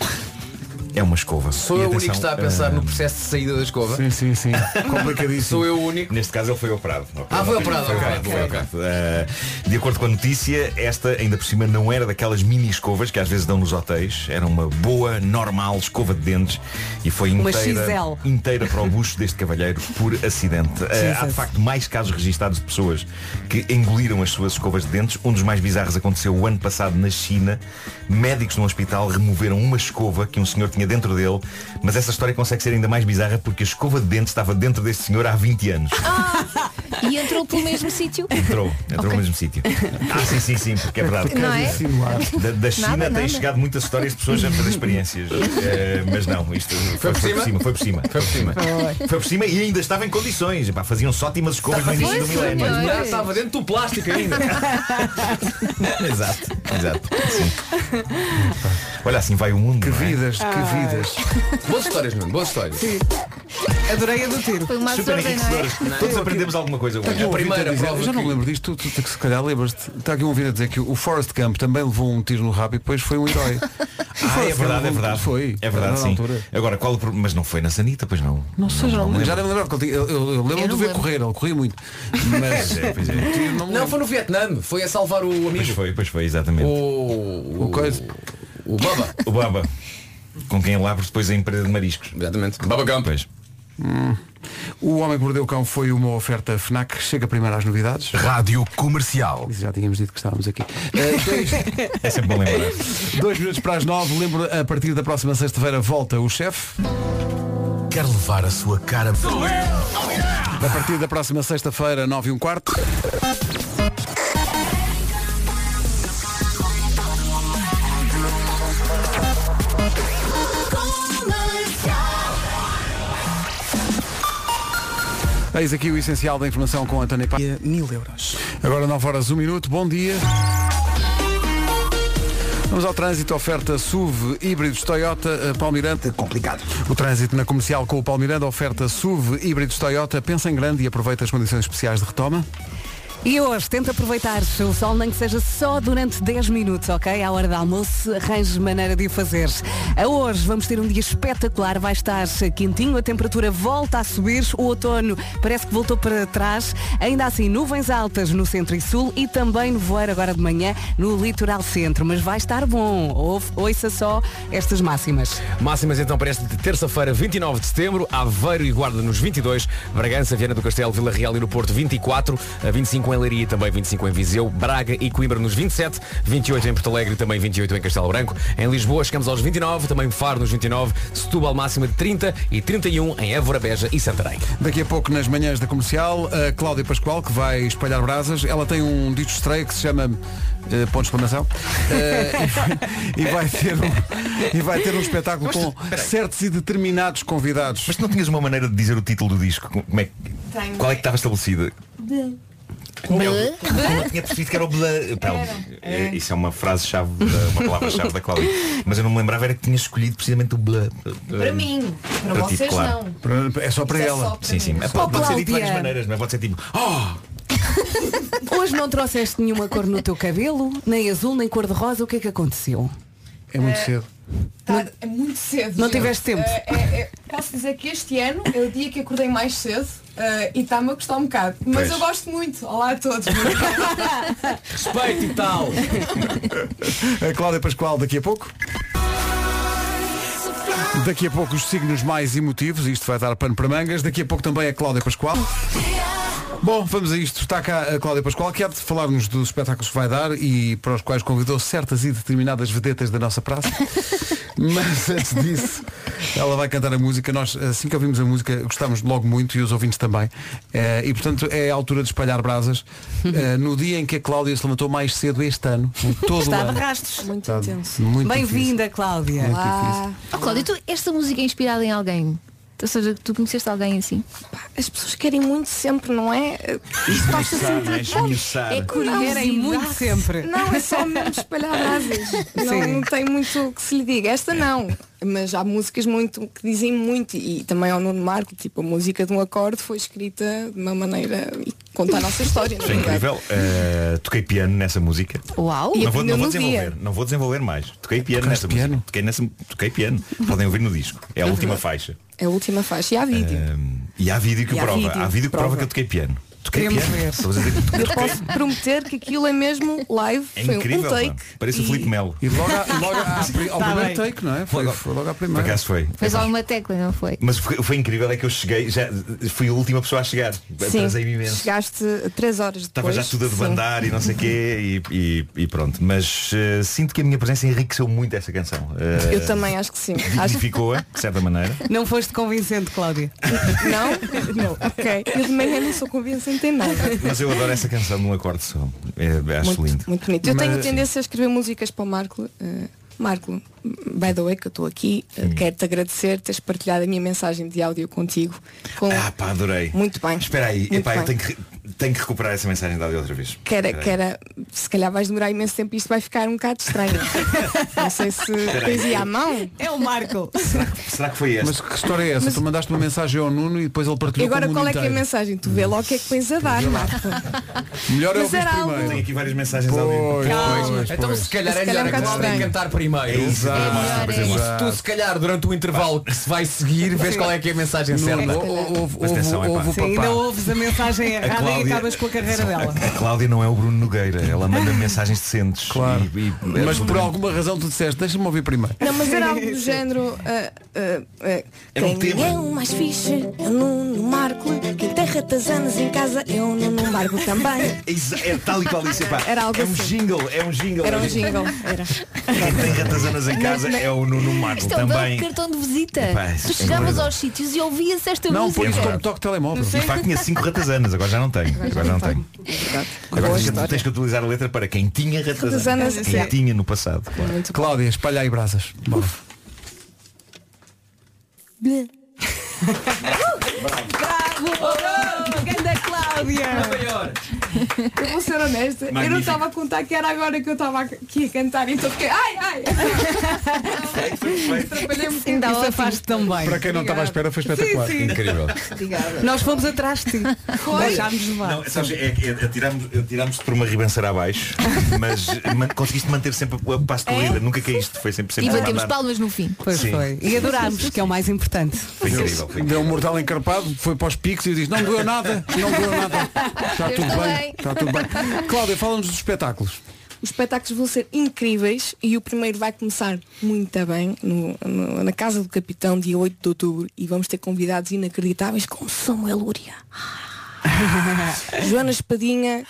S14: É uma escova.
S8: Sou
S14: E
S8: eu o
S14: atenção,
S8: único que está a pensar no processo de saída da escova. ah, Sim,
S2: sim, sim. Complicadíssimo.
S8: Sou eu o único.
S14: Neste caso ele foi operado.
S8: Ah, foi operado.
S14: Foi
S8: ok,
S14: operado, foi
S8: ok.
S14: operado. Eh, de acordo com a notícia, esta ainda por cima não era daquelas mini escovas que às vezes dão nos hotéis. Era uma boa, normal escova de dentes e foi
S9: Uma
S14: inteira,
S9: XL.
S14: inteira para o bucho deste cavalheiro por acidente. Eh, há de
S9: Jesus.
S14: facto mais casos registados de pessoas que engoliram as suas escovas de dentes. Um dos mais bizarros aconteceu o ano passado na China. Médicos num hospital removeram uma escova que um senhor tinha dentro dele, mas essa história consegue ser ainda mais bizarra porque a escova de dentes estava dentro deste senhor há 20 anos.
S5: E entrou pelo mesmo sítio.
S14: Entrou, entrou no mesmo sítio. Ah, sim, sim, sim, porque é verdade.
S5: Não é?
S14: Da, da China
S5: Nada,
S14: tem
S5: nada.
S14: chegado muitas histórias de pessoas a fazer experiências. Eh, mas não, isto foi, foi
S8: por cima?
S14: por cima, foi por cima. Foi por cima.
S8: Foi.
S14: Foi por cima e ainda estava em condições. Epá, faziam sótimas escovas no início do milénio.
S8: Já estava dentro do plástico ainda.
S14: Exato, exato. Sim. Olha, assim vai o mundo. Que vidas,
S4: que vidas.
S8: Boas histórias, Nuno, boas histórias.
S4: Adorei a do tiro.
S5: Foi uma
S14: Super enriquecedoras. Todos
S2: Não é?
S14: aprendemos alguma coisa
S2: Está aqui
S14: hoje.
S2: um ouvinte a dizer, eu já não lembro disto, tu, tu, tu se calhar lembras-te. Está aqui um ouvinte a dizer que o Forrest Gump também levou um tiro no rabo e depois foi um herói. O
S14: Ah, é
S2: Forrest Gump
S8: um
S14: verdade, é
S2: levou-
S14: verdade.
S2: Foi.
S14: É verdade,
S2: Na
S14: sim.
S2: altura.
S14: Agora, qual o problema? Mas não foi na sanita, pois não.
S2: Não sei, já não
S14: lembro.
S2: lembro. Já não lembro. porque Eu, eu, eu lembro-me de ver correr, ele corria muito. Mas
S14: Pois é, pois é.
S2: um tiro não
S8: Não,
S2: lembro.
S8: foi no Vietnã, foi a salvar o amigo.
S14: Pois foi, pois foi, exatamente.
S8: O. O coisa. O Baba.
S14: O Baba. Com quem ele abre depois a empresa de mariscos.
S8: Exatamente. Baba Campas.
S2: Hum. O Homem que Mordeu o Cão foi uma oferta FNAC. Chega primeiro às novidades.
S9: Rádio Comercial.
S2: Já tínhamos dito que estávamos aqui. Eh,
S14: É sempre bom lembrar.
S2: Dois minutos para as nove. Lembro, a partir da próxima sexta-feira volta o chefe.
S9: Quer levar a sua cara.
S2: A partir da próxima sexta-feira, nove e um quarto. Eis aqui o essencial da informação com António Pá.
S1: Mil euros.
S2: Agora 9 horas, 1 minuto. Bom dia. Vamos ao trânsito, oferta SUV híbridos Toyota eh, Palmirante.
S3: Complicado.
S2: O trânsito na comercial com o Palmiranda, oferta SUV híbridos Toyota. Pensa em grande e aproveita as condições especiais de retoma.
S4: E hoje, tenta aproveitar o sol, nem que seja só durante 10 minutos, ok? À hora do almoço, arranjes maneira de o fazer. A hoje vamos ter um dia espetacular, vai estar quentinho, a temperatura volta a subir, o outono parece que voltou para trás, ainda assim nuvens altas no centro e sul e também nevoeiro agora de manhã no litoral centro, mas vai estar bom, Ouve- ouça só estas máximas.
S8: Máximas então para esta terça-feira, 29 de setembro, Aveiro e Guarda nos 22, Bragança, Viana do Castelo, Vila Real e no Porto 24, a 25 em Leiria e também 25 em Viseu, Braga e Coimbra nos 27, 28 em Porto Alegre e também 28 em Castelo Branco. Em Lisboa chegamos aos 29, também Faro nos 29, Setúbal máxima de 30 e 31 em Évora, Beja e Santarém.
S2: Daqui a pouco, nas manhãs da comercial, a Cláudia Pascoal, que vai espalhar brasas, ela tem um dito estreio que se chama eh, ponto de exclamação Eh, e, vai, e vai ter um, e vai ter um espetáculo
S14: Mas,
S2: com
S14: espera aí.
S2: certos e determinados convidados.
S14: Mas tu não tinhas uma maneira de dizer o título do disco? Como é que-
S7: Tenho.
S14: Qual é que estava estabelecida? é Eu tinha percebido que era o blá. Pá, é, Isso é uma frase-chave, da- uma palavra-chave da Cláudia. Mas eu não me lembrava era que tinha escolhido precisamente o blá.
S7: Para mim, para
S14: Para ti,
S7: vocês
S14: claro.
S7: não.
S2: É só para
S7: Isso é
S2: ela.
S7: só para
S14: Sim, sim.
S7: mim.
S14: Pode,
S7: Só
S14: pode ser dito de várias
S4: Cláudia.
S14: maneiras, não é? Pode ser tipo, oh!
S4: Hoje não trouxeste nenhuma cor no teu cabelo, nem azul, nem cor de rosa, o que é que aconteceu?
S2: É
S7: muito É.
S2: cedo.
S7: Tá, é muito cedo.
S4: Não
S7: gente.
S4: tiveste tempo.
S7: Eh, é- é- posso dizer que este ano é o dia que acordei mais cedo eh, e está-me a custar um bocado. Mas
S14: Pois.
S7: eu gosto muito. Olá a todos.
S8: Respeito e tal!
S2: A Cláudia Pascoal daqui a pouco. Daqui a pouco os signos mais emotivos, isto vai dar pano para mangas. Daqui a pouco também a Cláudia Pascoal. Bom, vamos a isto. Está cá a Cláudia Pascoal, que há de falar-nos dos espetáculos que vai dar e para os quais convidou certas e determinadas vedetas da nossa praça. Mas antes disso, ela vai cantar a música. Nós, assim que ouvimos a música, gostámos logo muito e os ouvintes também. Eh, E, portanto, é a altura de espalhar brasas. Eh, No dia em que a Cláudia se levantou mais cedo este ano, em todo o
S4: Está
S2: ano.
S4: de rastos.
S2: Muito intenso. Tá Muito difícil.
S4: Bem-vinda, Cláudia.
S2: Muito
S5: Oh, Cláudia, tu, esta música é inspirada em alguém? Ou seja, tu conheceste alguém assim?
S15: As pessoas querem muito sempre, não é? Isso basta
S9: Esmiuçar,
S15: sempre.
S9: não é? Esmiuçar.
S15: É curiosidade.
S4: Querem muito sempre.
S15: Não, é só mesmo espalhar brasas. Não,
S4: Sim.
S15: não tem muito o que se lhe diga. Esta não. Mas há músicas muito que dizem muito e também ao Nuno Marco, tipo, a música de um acorde foi escrita de uma maneira e conta a nossa história.
S14: Foi
S15: não é?
S14: incrível. Eh, toquei piano nessa música.
S15: Uau! E
S14: Não vou, não
S15: aprendeu
S14: vou
S15: no dia.
S14: desenvolver, não vou desenvolver mais. Toquei piano nessa música. Toquei, nessa, toquei piano. Podem ouvir no disco. É a última faixa.
S15: É a última faixa. E há vídeo.
S14: Ehm, e há vídeo que
S15: E
S14: o
S15: há
S14: prova.
S15: vídeo
S14: Há vídeo que prova
S15: prova.
S14: que eu toquei piano. Toquei
S15: Queremos
S14: piano.
S15: ver.
S14: Estou a dizer que
S15: Eu
S14: toquei.
S15: posso prometer que aquilo é mesmo live.
S14: É
S15: foi
S14: incrível.
S15: um take.
S14: pá. Parece o Filipe Melo.
S2: E logo, à- logo à- ao
S14: Tá
S2: primeiro
S14: bem.
S2: take, não é? Foi,
S14: Logo-
S2: foi logo à
S14: Por
S2: primeira.
S14: acaso foi.
S5: Fez alguma tecla, não foi?
S14: Mas foi, foi incrível, é que eu cheguei, já fui a última pessoa a chegar. Atrasei-me imenso.
S15: Chegaste três horas
S14: Estava
S15: depois.
S14: já tudo a
S15: Sim.
S14: debandar e não sei o quê e, e- e pronto. Mas eh, sinto que a minha presença enriqueceu muito essa canção. Eh,
S15: Eu também acho que sim. Acho que
S14: Dignificou-a, de certa maneira.
S4: Não foste convincente, Cláudia.
S15: não? Não. Ok. Eu de manhã não sou convincente em nada.
S14: Mas eu adoro essa canção de um acorde só. É, acho lindo.
S15: Muito bonito. Eu tenho
S14: Mas-
S15: tendência a escrever músicas para o Marco. eh, Marco, by the way, que eu estou aqui, eh, quero-te agradecer teres partilhado a minha mensagem de áudio contigo. Com...
S14: Ah pá, adorei.
S15: Muito bem.
S14: Espera aí,
S15: Muito
S14: epá, eu
S15: bem.
S14: tenho que, re- tenho que recuperar essa mensagem da áudio outra vez.
S15: Que era,
S14: Espera aí.
S15: que era- se calhar vais demorar imenso tempo e isto vai ficar um bocado estranho. Não sei se
S14: Espera aí.
S15: tens aí à mão.
S4: É o Marco.
S14: Será que foi esta?
S2: Mas que história é essa? Tu mandaste uma mensagem ao Nuno e depois ele
S15: E
S2: partilhou
S15: agora
S2: com o
S15: qual
S2: mundo
S15: é que é a
S2: inteiro.
S15: mensagem? Tu vê logo o que é que tens a dar, Marco.
S2: Melhor é
S15: Mas
S2: ouvir
S15: era algo-
S2: primeiro.
S14: Tenho aqui várias mensagens de áudio.
S8: Pois, então se calhar é
S15: Se calhar é
S8: melhor
S15: um
S8: a
S15: bocado
S8: Cláudia
S15: estranho.
S8: cantar primeiro. É
S14: Exato.
S8: E
S14: Melhor,
S8: tu,
S14: exato.
S8: tu, se calhar durante o intervalo que se vai seguir vês qual é que é a mensagem certa.
S2: Nuno, ou- ou-
S14: Mas atenção, é pá.
S2: um
S4: Sim, ainda ouves a mensagem errada e
S14: Cláudia-
S4: acabas com a carreira dela.
S14: A Cláudia não é o Bruno Nogueira, ela manda mensagens decentes. é Claro.
S2: Mas por alguma razão tu disseste, deixa-me ouvir primeiro.
S15: Não, mas era algo do género. ah, ah, ah,
S2: Era um
S15: quem
S2: tema.
S15: é o mais fixe? É o Nuno Marco. Quem tem ratazanas em casa é o Nuno Marco também.
S14: É tal e qual isso, epá.
S15: Era algo
S14: é um
S15: assim.
S14: jingle, é um jingle.
S15: Era um
S14: é-
S15: jingle. Era.
S14: Quem tem ratazanas em casa
S5: Não, não.
S14: é o Nuno Marco
S5: Isto é um belo
S14: também.
S5: cartão de visita.
S14: Epá, isso é
S5: tu chegavas
S14: incrível.
S5: aos sítios e ouvias esta
S14: Não,
S5: música.
S14: põe isso como
S2: toque telemóvel.
S14: De facto tinha cinco ratazanas, agora já não tenho. Agora já não tenho. Agora tens que, tens que utilizar a letra para quem tinha
S15: Ratazanas,
S14: ratazanas. Quem
S15: sim.
S14: tinha no passado.
S2: Cláudia, espalha aí brasas. Bora.
S5: Blé.
S8: é
S4: Bravo! Bravo! Ganda Cláudia!
S7: Eu vou ser honesta, eu não
S9: Magnífico.
S7: estava a contar que era agora que eu estava aqui a cantar, então fiquei, ai, ai. Atrapalhei-me um bocadinho.
S4: Ainda Isso faz tão bem.
S2: Para quem não estava à espera foi
S4: Sim,
S2: espetacular.
S4: sim.
S14: Incrível.
S7: Obrigada.
S4: Nós fomos atrás de ti. Deixámos levar.
S14: Não, sabes, é, que atirámos-te por uma ribanceira abaixo, mas man- conseguiste manter sempre a passo de corrida, nunca caíste, foi sempre sempre
S5: E
S14: a
S5: batemos
S14: andar.
S5: palmas no fim.
S4: Pois
S14: Sim.
S4: foi. E adorámos, que é o mais importante.
S14: Foi incrível, foi
S2: Deu um mortal encarpado, foi para os picos e diz, não doeu nada, não doeu nada. Está
S15: Eu
S2: tudo
S15: estou
S2: bem,
S15: bem.
S2: está tudo bem. Cláudia, fala-nos dos espetáculos.
S15: Os espetáculos vão ser incríveis e o primeiro vai começar muito bem no- no- na Casa do Capitão, dia 8 de outubro, e vamos ter convidados inacreditáveis como Samuel Lúria, Joana Espadinha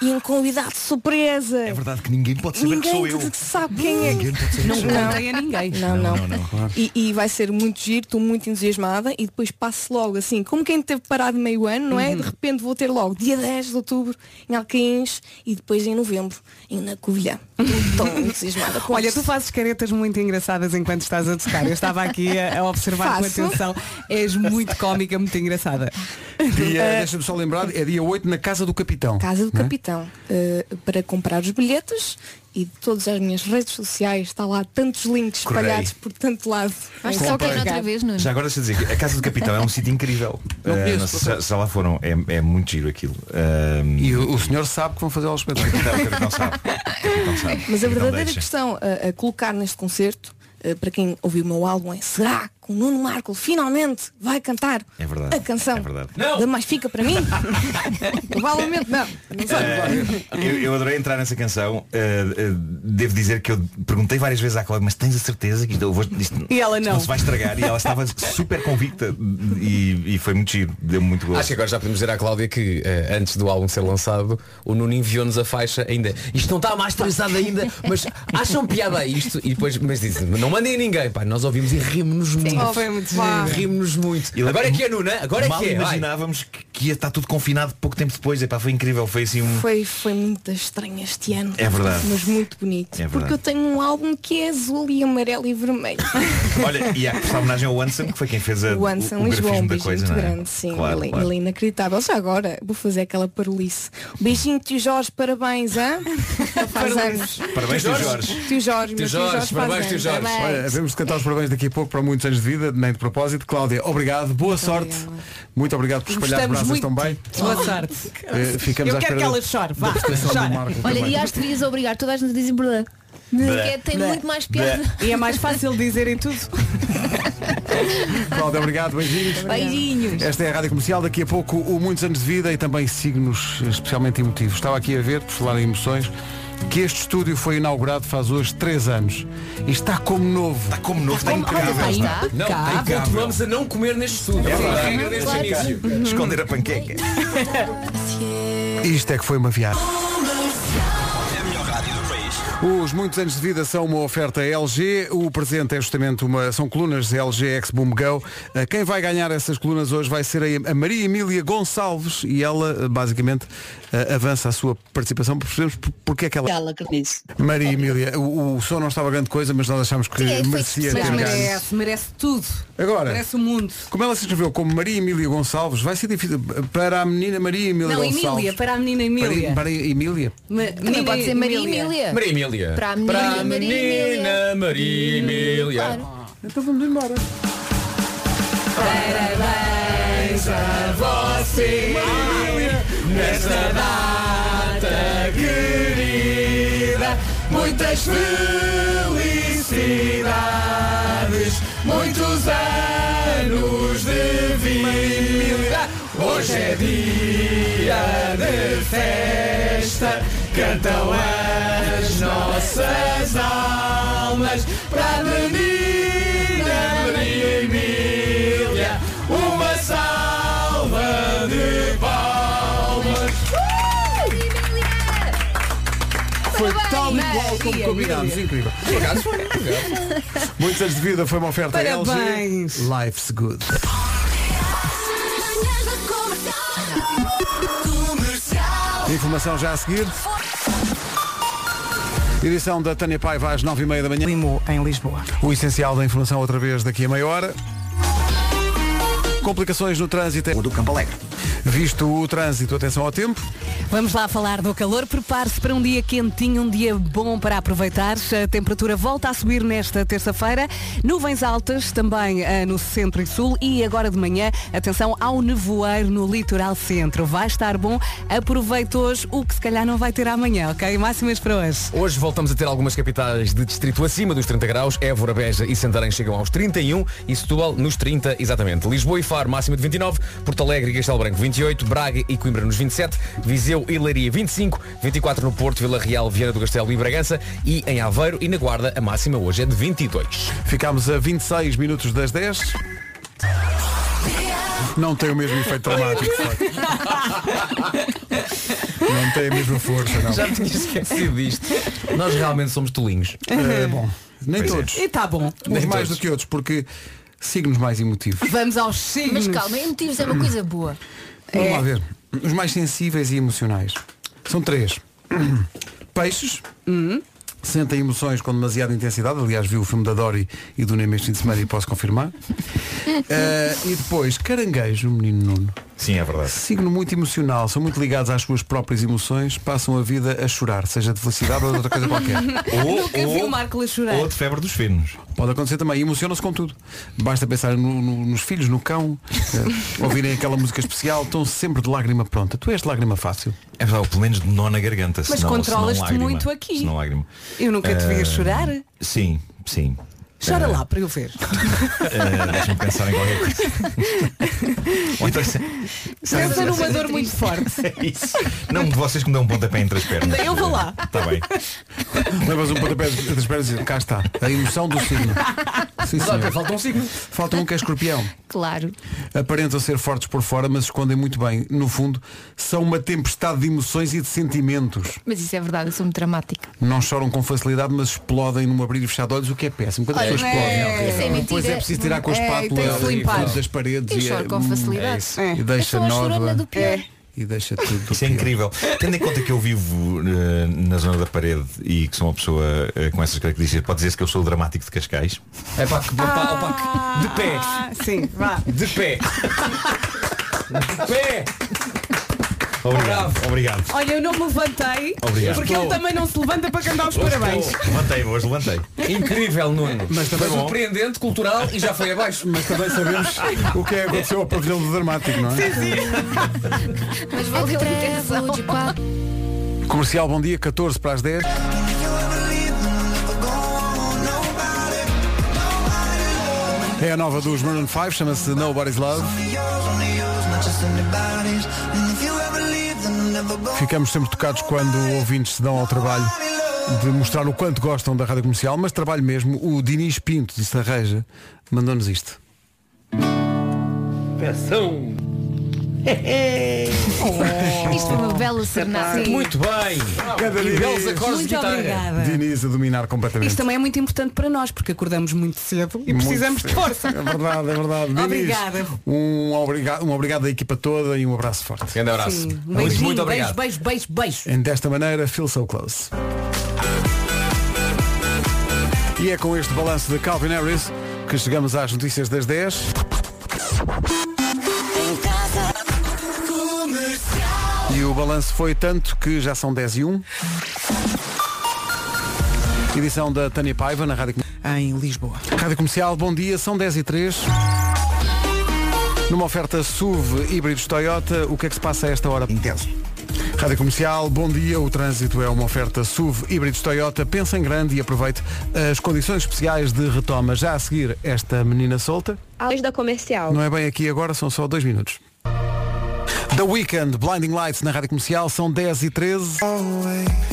S15: e um convidado surpresa.
S14: É verdade que ninguém pode saber
S15: ninguém
S14: que sou eu.
S15: te- sabe quem é.
S14: Ninguém pode saber que sou eu.
S4: ninguém.
S15: Não, não.
S14: Não, não, claro.
S15: E, e vai ser muito giro, estou muito entusiasmada e depois passo logo assim, como quem teve parado meio ano, não é? De repente vou ter logo dia 10 de outubro em Alcaíns e depois em novembro em Na Covilhã. Estou muito entusiasmada com
S4: Olha,
S15: isto.
S4: tu fazes caretas muito engraçadas enquanto estás a tocar. Eu estava aqui a, a observar com
S15: Faço.
S4: atenção. És muito cómica, muito engraçada.
S2: Dia, Eh, deixa-me só lembrar, é dia 8 na Casa do Capitão.
S15: Casa do
S2: não é?
S15: Capitão, eh, para comprar os bilhetes e de todas as minhas redes sociais está lá tantos links
S14: Correi.
S15: espalhados por tanto lado.
S5: Vais
S14: só Comprei. querer outra
S5: vez,
S14: Já agora deixa eu dizer que a Casa do Capitão é um sítio incrível.
S2: Não
S14: Eh,
S2: conheço,
S14: sei se, já- se já lá foram, é, é muito giro aquilo. Eh,
S2: E o, o senhor sabe que vão fazer aos espetáculos.
S15: Mas a
S14: Então
S15: verdadeira
S14: deixa.
S15: questão a, a colocar neste concerto, eh, para quem ouviu o meu álbum, é será que o Nuno Marco finalmente vai cantar
S14: É verdade,
S15: a canção
S14: é verdade.
S15: da Mais Fica para mim? Provavelmente não. não sei.
S14: Eh, eu, eu adorei entrar nessa canção. Eh, eh, devo dizer que eu perguntei várias vezes à Cláudia, mas tens a certeza que isto, eu vou, isto,
S4: E ela
S14: isto
S4: não.
S14: se vai estragar? E ela estava super convicta e, e foi muito giro, deu-me muito gosto.
S8: Acho que agora já podemos dizer à Cláudia que eh, antes do álbum ser lançado, o Nuno enviou-nos a faixa ainda. Isto não está mais masterizado ainda, mas acham piada a isto e depois, mas dizem, não mandem a ninguém, pá, nós ouvimos e rimos-nos muito.
S4: Oh, foi muito
S8: Pá,
S4: giro.
S8: Rimos-nos muito. agora é que é Nuna, agora é
S14: Mal
S8: que é. vai.
S14: imaginávamos que, que ia estar tudo confinado pouco tempo depois. Epá, foi incrível, foi assim um.
S15: Foi, foi muito estranho este ano.
S14: É verdade.
S15: Mas muito bonito.
S14: É verdade.
S15: porque eu tenho um álbum que é azul e amarelo e vermelho.
S14: Olha, e há que prestar homenagem ao Anson, que foi quem fez a,
S15: O Anson
S14: o, o
S15: Lisboa, um
S14: grafismo da
S15: beijinho
S14: coisa, não
S15: muito
S14: é?
S15: grande, sim,
S14: Claro,
S15: ele,
S14: claro.
S15: ele é inacreditável. Já agora vou fazer aquela parolice. Um beijinho, tio Jorge, parabéns, hã? Ele faz anos.
S14: Parabéns, tio Jorge.
S15: Tio Jorge, meu tio Jorge, faz anos.
S2: Olha, vemos de cantar os parabéns daqui a pouco para muitos anos de vida, nem de propósito. Cláudia, obrigado, boa sorte. Muito obrigado por espalhar
S4: Gostamos
S2: brasas
S4: muito.
S2: também.
S4: Boa sorte.
S2: Eh, ficamos
S4: Eu
S2: à
S4: quero
S2: espera
S4: que ela
S2: da- da
S4: chore. Vá,
S2: prestação do
S4: chore.
S2: Marco
S5: Olha,
S2: também.
S5: e acho que devias obrigar, toda a gente dizem blá. Porque é, tem
S4: Blá.
S5: muito mais piada.
S4: E é mais fácil dizer em tudo.
S2: Cláudia, obrigado, beijinhos.
S5: Beijinhos.
S2: Esta é a Rádio Comercial, daqui a pouco o Muitos Anos de Vida e também signos especialmente emotivos. Estava aqui a ver, por falar em emoções, que este estúdio foi inaugurado faz hoje 3 anos. E está como novo. Está
S14: como novo, está
S8: Impecável, está. Não, continuamos a não comer neste estudo.
S14: É
S8: Foi a
S14: verdade.
S8: regra desde o início.
S14: Esconder a panqueca.
S2: Isto é que foi uma viagem. Os muitos anos de vida são uma oferta LG. O presente é justamente uma. São colunas LG X Boom Go. Eh, Quem vai ganhar essas colunas hoje vai ser a- a Maria Emília Gonçalves e ela eh, basicamente eh, avança a sua participação para percebermos por- porque é que ela. Maria Emília, o, o som não estava grande coisa, mas nós achámos que merecia ter
S4: Mas
S2: ganho.
S4: merece, merece tudo.
S2: Agora,
S4: Merece o mundo.
S2: como ela se escreveu como Maria Emília Gonçalves, vai ser difícil para a menina Maria Emília
S4: Não,
S2: Gonçalves.
S4: Emília, para a menina Emília.
S2: Maria, Maria Emília.
S4: Ma-
S5: Também pode ser Maria Emília.
S8: Maria Emília.
S5: Para a menina Maria Emília.
S8: Maria Emília.
S2: Então vamos embora.
S9: Parabéns a você nesta data querida. Muitas felicidades, muitos anos de vida. Hoje é dia de festa. Cantam as nossas almas para a menina Maria Emília. Uma salva de palmas.
S2: Foi tal e
S9: Parabéns,
S2: qual como
S9: Maria
S2: combinámos,
S9: Emília.
S2: incrível. Muitos anos de vida foi uma oferta
S9: Parabéns.
S2: LG. Life's good. Informação já a seguir. Edição da Tânia Paiva às 9h30 da manhã.
S1: Limo, em Lisboa.
S2: O essencial da informação outra vez daqui a meia hora. Complicações no trânsito. O
S3: do Campo Alegre.
S2: Visto o trânsito, atenção ao tempo.
S4: Vamos lá falar do calor. Prepare-se para um dia quentinho, um dia bom para aproveitar. A temperatura volta a subir nesta terça-feira. Nuvens altas também ah, no centro e sul. E agora de manhã, atenção ao nevoeiro no litoral centro. Vai estar bom. Aproveite hoje o que se calhar não vai ter amanhã, ok? Máximas para hoje.
S8: Hoje voltamos a ter algumas capitais de distrito acima dos 30 graus. Évora, Beja e Santarém chegam aos 31 e Setúbal nos 30, exatamente. Lisboa e Faro, máxima de 29. Porto Alegre e Castelo Branco, 28. Braga e Coimbra nos 27. Viseu e Leiria, 25. 24 no Porto, Vila Real, Viana do Castelo e Bragança. E em Aveiro e na Guarda, a máxima hoje é de 22.
S2: Ficámos a 26 minutos das 10. Não tem o mesmo efeito traumático, de facto. Não tem a mesma força, não.
S8: Já me tinha esquecido disto. Nós realmente somos tolinhos.
S2: É, bom, nem
S8: Pois é.
S2: todos.
S4: E está bom.
S2: Uns
S8: Nem
S2: mais
S8: todos.
S2: do que outros, porque signos mais emotivos.
S4: Vamos aos signos.
S5: Mas calma, emotivos é uma coisa boa.
S2: Vamos
S4: É.
S2: lá ver. Os mais sensíveis e emocionais. São três. Peixes.
S4: Hum.
S2: Sentem emoções com demasiada intensidade. Aliás, vi o filme da Dory e do Nemo este fim de semana e posso confirmar. Eh, e depois, caranguejo, menino Nuno.
S14: Sim, é verdade.
S2: Signo muito emocional, são muito ligados às suas próprias emoções, passam a vida a chorar, seja de felicidade ou de outra coisa qualquer.
S4: Nunca vi o Marco a chorar.
S14: de febre dos fenos.
S2: É. Pode acontecer também, e emocionam-se com tudo. Basta pensar no- no- nos filhos, no cão, eh, ouvirem aquela música especial, estão sempre de lágrima pronta. Tu és de lágrima fácil.
S14: É verdade, pelo menos de nó na garganta.
S4: Mas
S14: senão-
S4: controlas-te
S14: senão lágrima,
S4: muito aqui.
S14: senão lágrima.
S4: Eu nunca te vi a
S14: Eh,
S4: chorar.
S14: Sim, sim.
S4: Chora
S14: Eh,
S4: lá para eu ver.
S14: eh, Deixa-me pensar em qualquer coisa. Ou então, se-
S4: Pensa numa dor muito forte.
S14: É isso. Não, de vocês que me dão um pontapé entre as pernas.
S4: Eu vou lá.
S2: Tá
S14: Está bem.
S2: Levas um pontapé das pernas e dizes, cá está, a emoção do signo. Sim,
S8: Mas, ok,
S2: senhor.
S8: falta um signo.
S2: Falta um que é escorpião.
S5: Claro.
S2: Aparentam ser fortes por fora, mas escondem muito bem. No fundo, são uma tempestade de emoções e de sentimentos.
S5: Mas isso é verdade, eu sou muito dramática.
S2: Não choram com facilidade, mas explodem num abrir e fechar de olhos, o que é péssimo. Quando as
S5: Olha,
S2: pessoas
S5: não é-
S2: explodem,
S5: isso é mentira.
S2: depois é preciso tirar com a
S5: É,
S2: espátula
S5: tem que
S2: o
S5: limpar.
S2: fundo das paredes
S5: Eu
S2: e,
S5: choro com
S2: hum,
S5: facilidade.
S2: é isso.
S5: É.
S2: e
S5: Eu
S2: deixa
S5: sou a chorona
S2: nódoa
S5: do pior. É.
S2: e deixa tudo.
S14: Isso é incrível. Tendo em conta que eu vivo eh, na zona da parede e que sou uma pessoa eh, com essas características, pode dizer-se que eu sou o dramático de Cascais.
S8: É pá, que- pá,
S2: É.
S8: pá, que- de pé.
S4: Ah. Sim, vá.
S8: De pé. De pé.
S14: Obrigado. Obrigado.
S4: Olha, eu não me levantei
S14: Obrigado.
S4: porque ele também não se levanta para cantar os parabéns.
S14: Levantei, hoje levantei.
S8: Incrível, Nuno. Mas
S2: também bom.
S8: surpreendente, cultural e já foi abaixo.
S2: Mas também sabemos o que é que aconteceu ao pavilhão do dramático, não é?
S5: Mas valeu a intenção. tipo,
S2: Comercial, bom dia, 14 para as 10. É a nova dos Maroon 5, chama-se Nobody's Love. Ficamos sempre tocados quando ouvintes se dão ao trabalho de mostrar o quanto gostam da rádio comercial, mas trabalho mesmo. O Dinis Pinto, de Sarreja, mandou-nos isto.
S9: Peção.
S5: ah. Oh. Isto foi uma bela serenata.
S8: Muito bem.
S2: Cada
S8: E
S2: Dinis.
S8: belos acordes
S4: Muito
S8: de guitarra.
S4: obrigada.
S2: Dinis a dominar completamente.
S4: Isto também é muito importante para nós, porque acordamos muito cedo e
S2: Muito
S4: precisamos de
S2: cedo.
S4: força.
S2: É verdade, é verdade. Dinis,
S4: Obrigada.
S2: Um obrigado, um obrigado à equipa toda e um abraço forte.
S8: Grande abraço.
S4: Sim, um
S8: muito,
S4: beijinho, beijo,
S8: muito obrigado.
S4: beijo, beijo, beijo.
S2: E Então, desta maneira, feel so close. E é com este balanço de Calvin Harris que chegamos às notícias das 10. E o balanço foi tanto que já são 10 e 1. Edição da Tânia Paiva na Rádio Comercial.
S1: Em Lisboa.
S2: Rádio Comercial, bom dia, são 10 e 3. Numa oferta SUV híbridos Toyota, o que é que se passa a esta hora?
S3: Intenso.
S2: Rádio Comercial, bom dia. O trânsito é uma oferta SUV híbridos Toyota. Pensa em grande e aproveite as condições especiais de retoma. Já a seguir, esta menina solta.
S16: Aulas da comercial.
S2: Não é bem aqui agora, são só dois minutos. The Weekend, Blinding Lights na Rádio Comercial, são 10 e 13.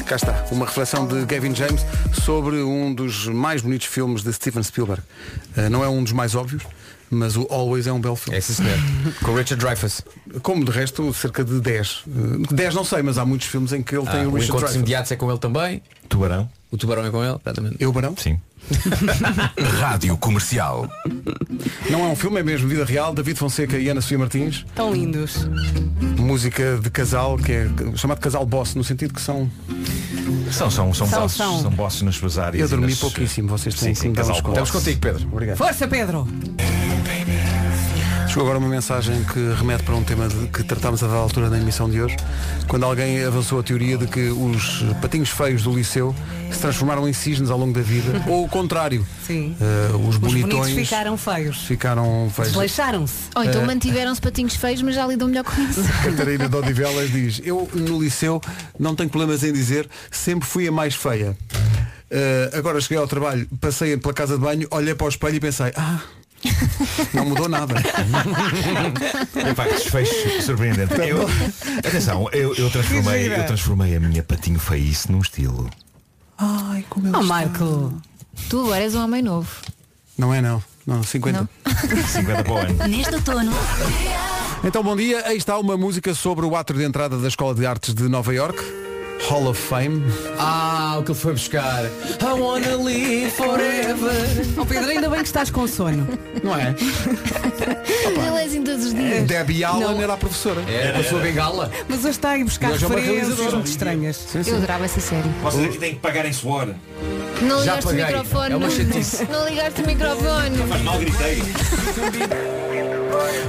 S2: Cá está, uma reflexão de Gavin James sobre um dos mais bonitos filmes de Steven Spielberg. Eh, não é um dos mais óbvios, mas o Always é um belo filme.
S8: É sim, senhor. Com Richard Dreyfuss.
S2: Como de resto, cerca de 10. Eh, 10 não sei, mas há muitos filmes em que ele tem o
S8: Ah, o
S2: Richard
S8: Encontros
S2: Dreyfuss.
S8: Imediatos é com ele também.
S14: Tubarão.
S8: O Tubarão é com ele, exatamente.
S2: Eu, Barão?
S14: Sim.
S2: Rádio Comercial. Não é um filme, é mesmo vida real. David Fonseca e Ana Sofia Martins.
S4: Tão lindos.
S2: Música de casal, que é chamado casal boss, no sentido que são
S14: São, são, são,
S4: São,
S14: bosses,
S4: são.
S14: são bosses nas suas áreas.
S2: Eu
S14: e
S2: dormi
S14: nas-
S2: pouquíssimo, vocês têm
S14: sim,
S2: que
S14: sim,
S2: me dar
S14: casal
S2: uns
S14: boss.
S2: contos. Estamos contigo, Pedro. Obrigado.
S4: Força, Pedro!
S2: Chegou agora uma mensagem que remete para um tema de- que tratámos a dada altura na emissão de hoje, quando alguém avançou a teoria de que os patinhos feios do liceu se transformaram em cisnes ao longo da vida, ou o contrário.
S4: Sim.
S2: Eh, os
S4: Os bonitos
S2: bonitões
S4: ficaram feios.
S2: ficaram feios.
S4: Desleixaram-se.
S5: Ou então
S2: Eh,
S5: mantiveram-se patinhos feios, mas já lidam melhor com isso.
S2: Catarina de Odivelas diz Eu no liceu não tenho problemas em dizer Sempre fui a mais feia Uh, Agora cheguei ao trabalho Passei pela casa de banho, olhei para o espelho e pensei Ah, não mudou nada
S14: Epá, que É desfecho surpreendente. Eu- atenção, eu, eu transformei, eu transformei a minha patinho feice num estilo.
S2: Ai, como eu
S5: Oh, Marco. Tu agora és um homem novo.
S2: Não é não, não, 50
S14: 50 para o ano
S5: Neste outono.
S2: Então bom dia, aí está uma música sobre o ato de entrada da Escola de Artes de Nova York Hall of Fame
S8: Ah, o que ele foi buscar. I wanna live forever.
S4: Oh, Pedro, ainda bem que estás com sono.
S2: Não é?
S5: Ele és em todos os dias.
S2: Debbie Allen era a professora
S8: Era É, a sua bengala.
S4: Mas hoje está a ir buscar
S8: Nós é uma
S4: referências
S8: realizadora.
S4: muito estranhas.
S5: Eu adorava essa série.
S14: Vocês aqui têm que pagar em suor.
S5: Não
S14: Já
S5: ligaste o
S14: paguei.
S5: microfone.
S14: É uma chatice.
S5: Não ligaste o microfone.
S14: Mal gritei.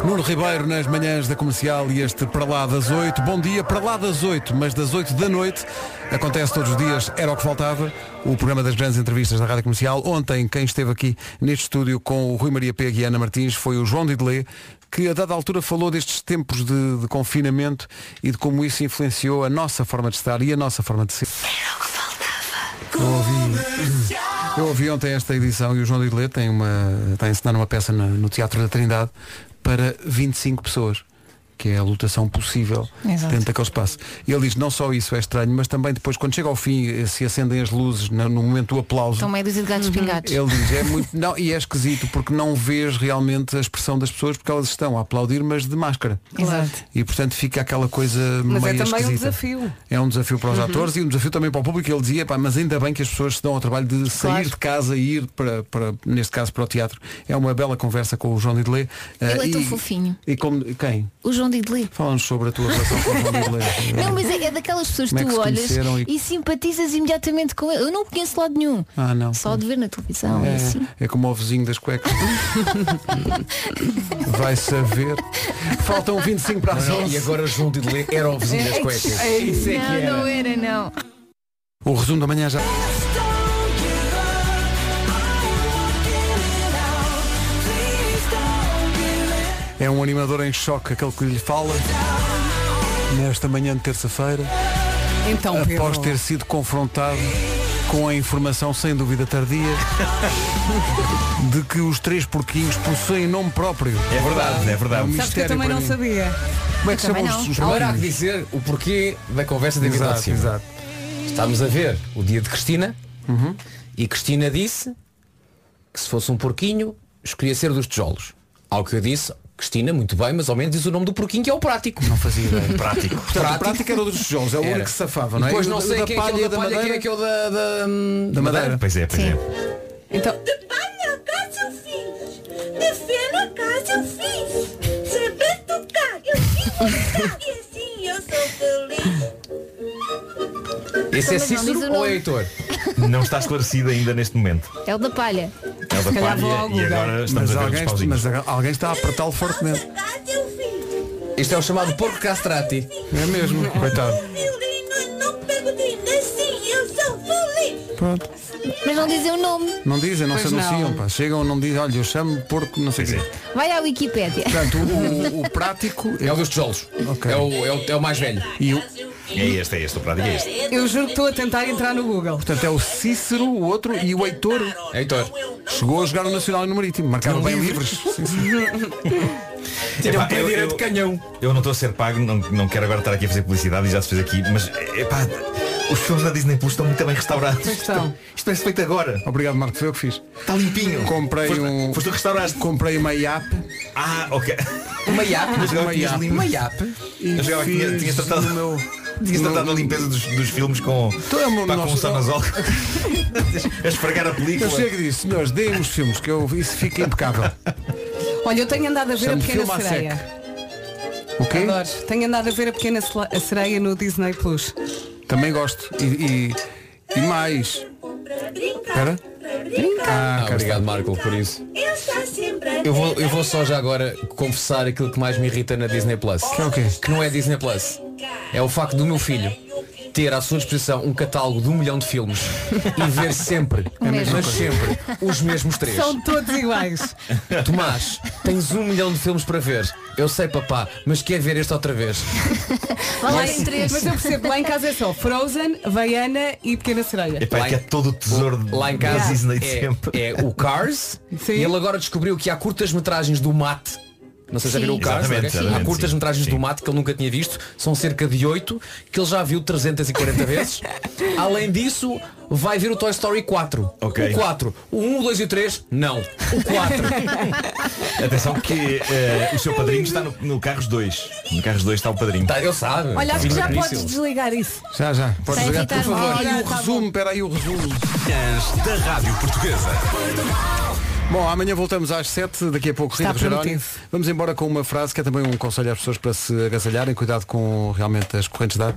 S2: Nuno Ribeiro nas manhãs da comercial e este para lá das 8. Bom dia, para lá das 8, mas das 8 da noite. Acontece todos os dias, era o que faltava, o programa das grandes entrevistas da Rádio Comercial. Ontem, quem esteve aqui neste estúdio com o Rui Maria Pega e a Ana Martins foi o João Didelé, que a dada altura falou destes tempos de, de confinamento e de como isso influenciou a nossa forma de estar e a nossa forma de ser. Eu ouvi, eu ouvi ontem esta edição e o João Didelê tem uma, está a ensinar uma peça na- no Teatro da Trindade para 25 pessoas, que é a lotação possível
S9: Exato.
S2: dentro daquele espaço. E ele diz, não só isso é estranho, mas também depois quando chega ao fim eh, se acendem as luzes na- no momento do aplauso.
S5: Estão meio dúzia de gatos pingados.
S2: Ele diz, é muito. Não, e é esquisito porque não vês realmente a expressão das pessoas porque elas estão a aplaudir, mas de máscara.
S4: Exato.
S2: E portanto fica aquela coisa
S4: Mas é
S2: meio
S4: também um
S2: esquisita.
S4: desafio.
S2: É um desafio para os
S4: Uhum.
S2: atores e um desafio também para o público. Ele dizia, "Pá, mas ainda bem que as pessoas se dão ao trabalho de sair de casa e ir para, para, neste caso, para o teatro. É uma bela conversa com o João Didelé. Eh,
S5: Ele é
S2: e,
S5: tão fofinho.
S2: E como, quem?
S5: O João Didelê.
S2: Fala-nos sobre a tua relação com o João Didelé.
S5: Não, mas é, é daquelas pessoas
S2: Como
S5: que
S2: é que se
S5: tu olhas
S2: conheceram e-
S5: e... simpatizas imediatamente com ele. Eu não o conheço de lado nenhum.
S2: Ah, não.
S5: Só de ver na televisão. É. assim.
S2: É, é como o vizinho das cuecas. Vai saber. Faltam 25 para as
S8: Não,
S2: 11.
S8: E agora João Didelê era o vizinho das cuecas.
S2: É isso é que
S5: não,
S2: era.
S5: não era, não.
S2: O resumo da manhã já. É um animador em choque, aquele que lhe fala. Nesta manhã de terça-feira,
S4: Então, Pedro.
S2: após ter sido confrontado com a informação sem dúvida tardia de que os três porquinhos possuem nome próprio.
S14: É verdade, é verdade.
S2: um
S4: Sabes que eu
S2: mistério
S4: também
S2: para
S4: não
S2: mim.
S4: sabia.
S2: Como é que
S4: Também
S2: chamam
S4: não.
S2: os, os
S8: Agora há que
S2: porquinhos?
S8: dizer o porquê da conversa da vida
S2: Exato,
S8: de cima.
S2: exato.
S8: Estamos a ver o dia de Cristina e Cristina disse que se fosse um porquinho escolhia ser dos tijolos. Ao que eu disse, Cristina, muito bem, mas ao menos diz o nome do porquinho que é o prático.
S2: Não fazia ideia.
S14: Prático.
S2: Portanto, o prático era o dos tijolos, é o único que safava, não é?
S8: Depois
S2: E o
S8: não
S2: da-
S8: sei
S2: da
S8: quem é que é o
S2: palha e
S8: da
S2: da
S8: palha, quem é
S2: madeira?
S8: que é o da, da,
S2: Da madeira.
S14: Pois é, pois é.
S4: Então.
S9: casa fiz. Descer na casa eu fiz. Saber tocar, eu fiz. E assim eu sou feliz.
S8: Esse é
S5: Mas não diz o
S8: Cícero
S5: nome.
S8: ou é Heitor?
S14: Não está esclarecido ainda neste momento.
S5: É o da palha.
S14: É o da
S5: Se calhar vou
S14: palha
S5: ao
S14: e
S5: Google.
S14: agora estamos
S2: Mas
S14: a ver os
S2: alguém,
S14: pauzinhos.
S2: mas a- alguém está a apertá-lo fortemente.
S8: Este é o chamado porco castrati.
S2: É mesmo, coitado.
S9: Assim eu sou feliz.
S2: Pronto.
S5: Mas não dizem o nome.
S2: Não dizem, não
S5: Pois
S2: se anunciam,
S5: não.
S2: pá. Chegam, não dizem, olha, eu chamo porco, não sei o quê.
S5: Vai à Wikipédia.
S2: Portanto, o, o- o prático
S8: É o dos tijolos. É, o, é, o, é o mais velho.
S2: E o...
S14: É este, é este, o prático é este.
S4: Eu juro que estou a tentar entrar no Google.
S2: Portanto, é o Cícero, o outro e o Heitor.
S8: Heitor.
S2: Chegou a jogar no Nacional e no Marítimo. Marcaram bem livres. Sim, sim.
S14: Epá,
S8: um pé direito de canhão.
S14: Eu não estou a ser pago, não, não quero agora estar aqui a fazer publicidade e já se fez aqui, mas epá, os filmes da Disney Plus estão muito bem restaurados. Isto, isto é feito agora.
S2: Obrigado, Marco, foi eu que fiz.
S14: Está limpinho.
S2: Comprei
S14: Foste-
S2: um.
S14: foste ao restaurante.
S2: Comprei uma IAP.
S14: Ah, ok.
S8: Uma IAP?
S14: Mas agora
S2: Uma
S14: tinhas
S2: IAP.
S14: limpo.
S8: Uma IAP?
S2: E
S14: Mas agora tinha-
S2: fiz
S14: tinhas tratado-
S2: o meu-
S14: Tinhas
S2: no-
S14: tratado a limpeza dos, dos filmes com,
S2: é o meu
S14: pá, Tá com
S2: nosso-
S14: o Sanazol a esfregar a película.
S2: Eu chego e disse, senhores, deem os filmes, que eu, isso fica impecável.
S8: Tá
S4: Olha, eu tenho andado a ver
S2: Chama-me
S4: a Pequena
S2: filme à
S4: Sereia.
S2: O quê?
S4: Adoro. Tenho andado a ver a Pequena Sela- a Sereia no Disney Plus.
S2: Também gosto. E, e, e mais. Espera.
S8: Ah,
S2: cá Ah,
S8: obrigado, Marco, por isso.
S9: Eu estou sempre a
S8: Ah, Eu vou, eu vou só já agora confessar aquilo que mais me irrita na Disney Plus. Que é o quê? Que não é Disney Plus. É o facto do meu filho ter à sua disposição um catálogo de um milhão de filmes e ver sempre,
S4: O mesmo.
S8: mas sempre, os mesmos três.
S4: São todos iguais.
S8: Tomás, tens um milhão de filmes para ver. Eu sei, papá, mas quer ver este outra vez?
S4: Lá
S8: Mas-
S4: tem três. Mas eu percebo, lá em casa é só Frozen, Vaiana e Pequena Sereia.
S14: Epá, que é todo o tesouro
S8: lá em
S14: da
S8: casa
S14: Disney de sempre.
S8: é, é o Cars e ele agora descobriu que há curtas-metragens do Mate não sei se já
S14: Sim.
S8: viram o Cars
S14: Exatamente,
S8: ok?
S14: exatamente,
S8: há curtas-metragens do Mate que ele nunca tinha visto são cerca de 8 que ele já viu 340 vezes além disso vai ver o Toy Story 4
S14: Ok.
S8: o 4 o 1, o 2 e o 3 não o 4
S14: Atenção que eh, o seu padrinho está no, no Carros 2. No Carros 2 está o padrinho.
S8: Tá, ele sabe.
S4: Olha, acho que
S14: é
S4: já podes desligar isso.
S2: Já, já.
S4: Sem
S2: jogar,
S4: irritar
S2: por favor.
S4: muito.
S2: Ah, e o
S4: Tá
S2: resumo, espera aí o resumo.
S16: Da Rádio Portuguesa.
S2: Bom, amanhã voltamos às 7, daqui a pouco
S16: Está
S2: Rita Rogeroni.
S16: prometido.
S2: Vamos embora com uma frase que é também um conselho às pessoas para se agasalharem, cuidado com realmente as correntes de ar.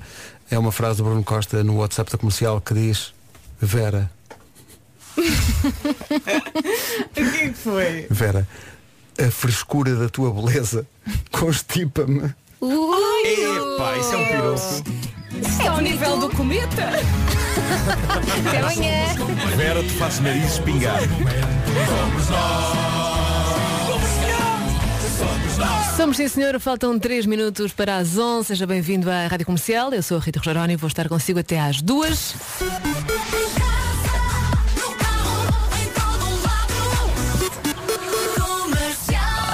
S2: É uma frase do Bruno Costa no WhatsApp da comercial que diz Vera,
S9: O que foi?
S2: Vera, a frescura da tua beleza constipa-me.
S14: Epá, isso é um piroço.
S4: Está é ao nível do cometa. Até amanhã.
S14: Vera, te faço nariz espingar.
S17: Somos sim senhora, faltam 3 minutos para as 11. Seja bem-vindo à Rádio Comercial. Eu sou a Rita Rogeroni e vou estar consigo até às 2.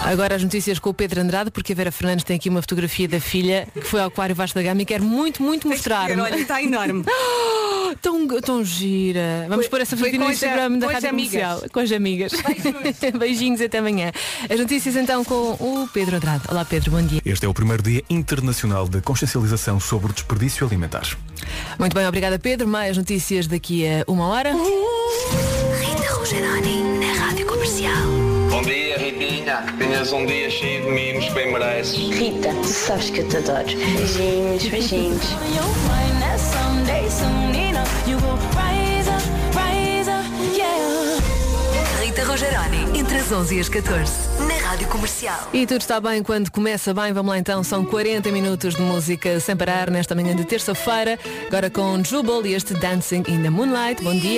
S17: Agora as notícias com o Pedro Andrade, porque a Vera Fernandes tem aqui uma fotografia da filha que foi ao aquário Vasco da Gama e quer muito, muito mostrar.
S4: ver, olha, está enorme.
S17: Oh, tão, tão gira. Vamos
S4: Foi-
S17: pôr essa
S4: foi
S17: foto no
S4: com as-
S17: Instagram da
S4: com as
S17: Rádio
S4: amigas.
S17: Comercial. Com as amigas. Beijinhos até amanhã. As notícias então com o Pedro Andrade. Olá Pedro, bom dia.
S16: Este é o primeiro dia internacional de consciencialização sobre o desperdício alimentar.
S17: Muito bem, obrigada Pedro. Mais notícias daqui a uma hora.
S6: Rita Rogeroni na Rádio Comercial.
S18: Bom dia, Ritinha. Tenhas um dia cheio de mimos que bem mereces.
S6: Rita, tu sabes que eu te adoro. Beijinhos, beijinhos.
S17: Rita Rogeroni, entre as 11 e as 14.
S6: Na Rádio Comercial.
S17: E tudo está bem quando começa bem. Vamos lá então, são 40 minutos de música sem parar nesta manhã de terça-feira. Agora com Jubal e este Dancing in the Moonlight. Bom dia.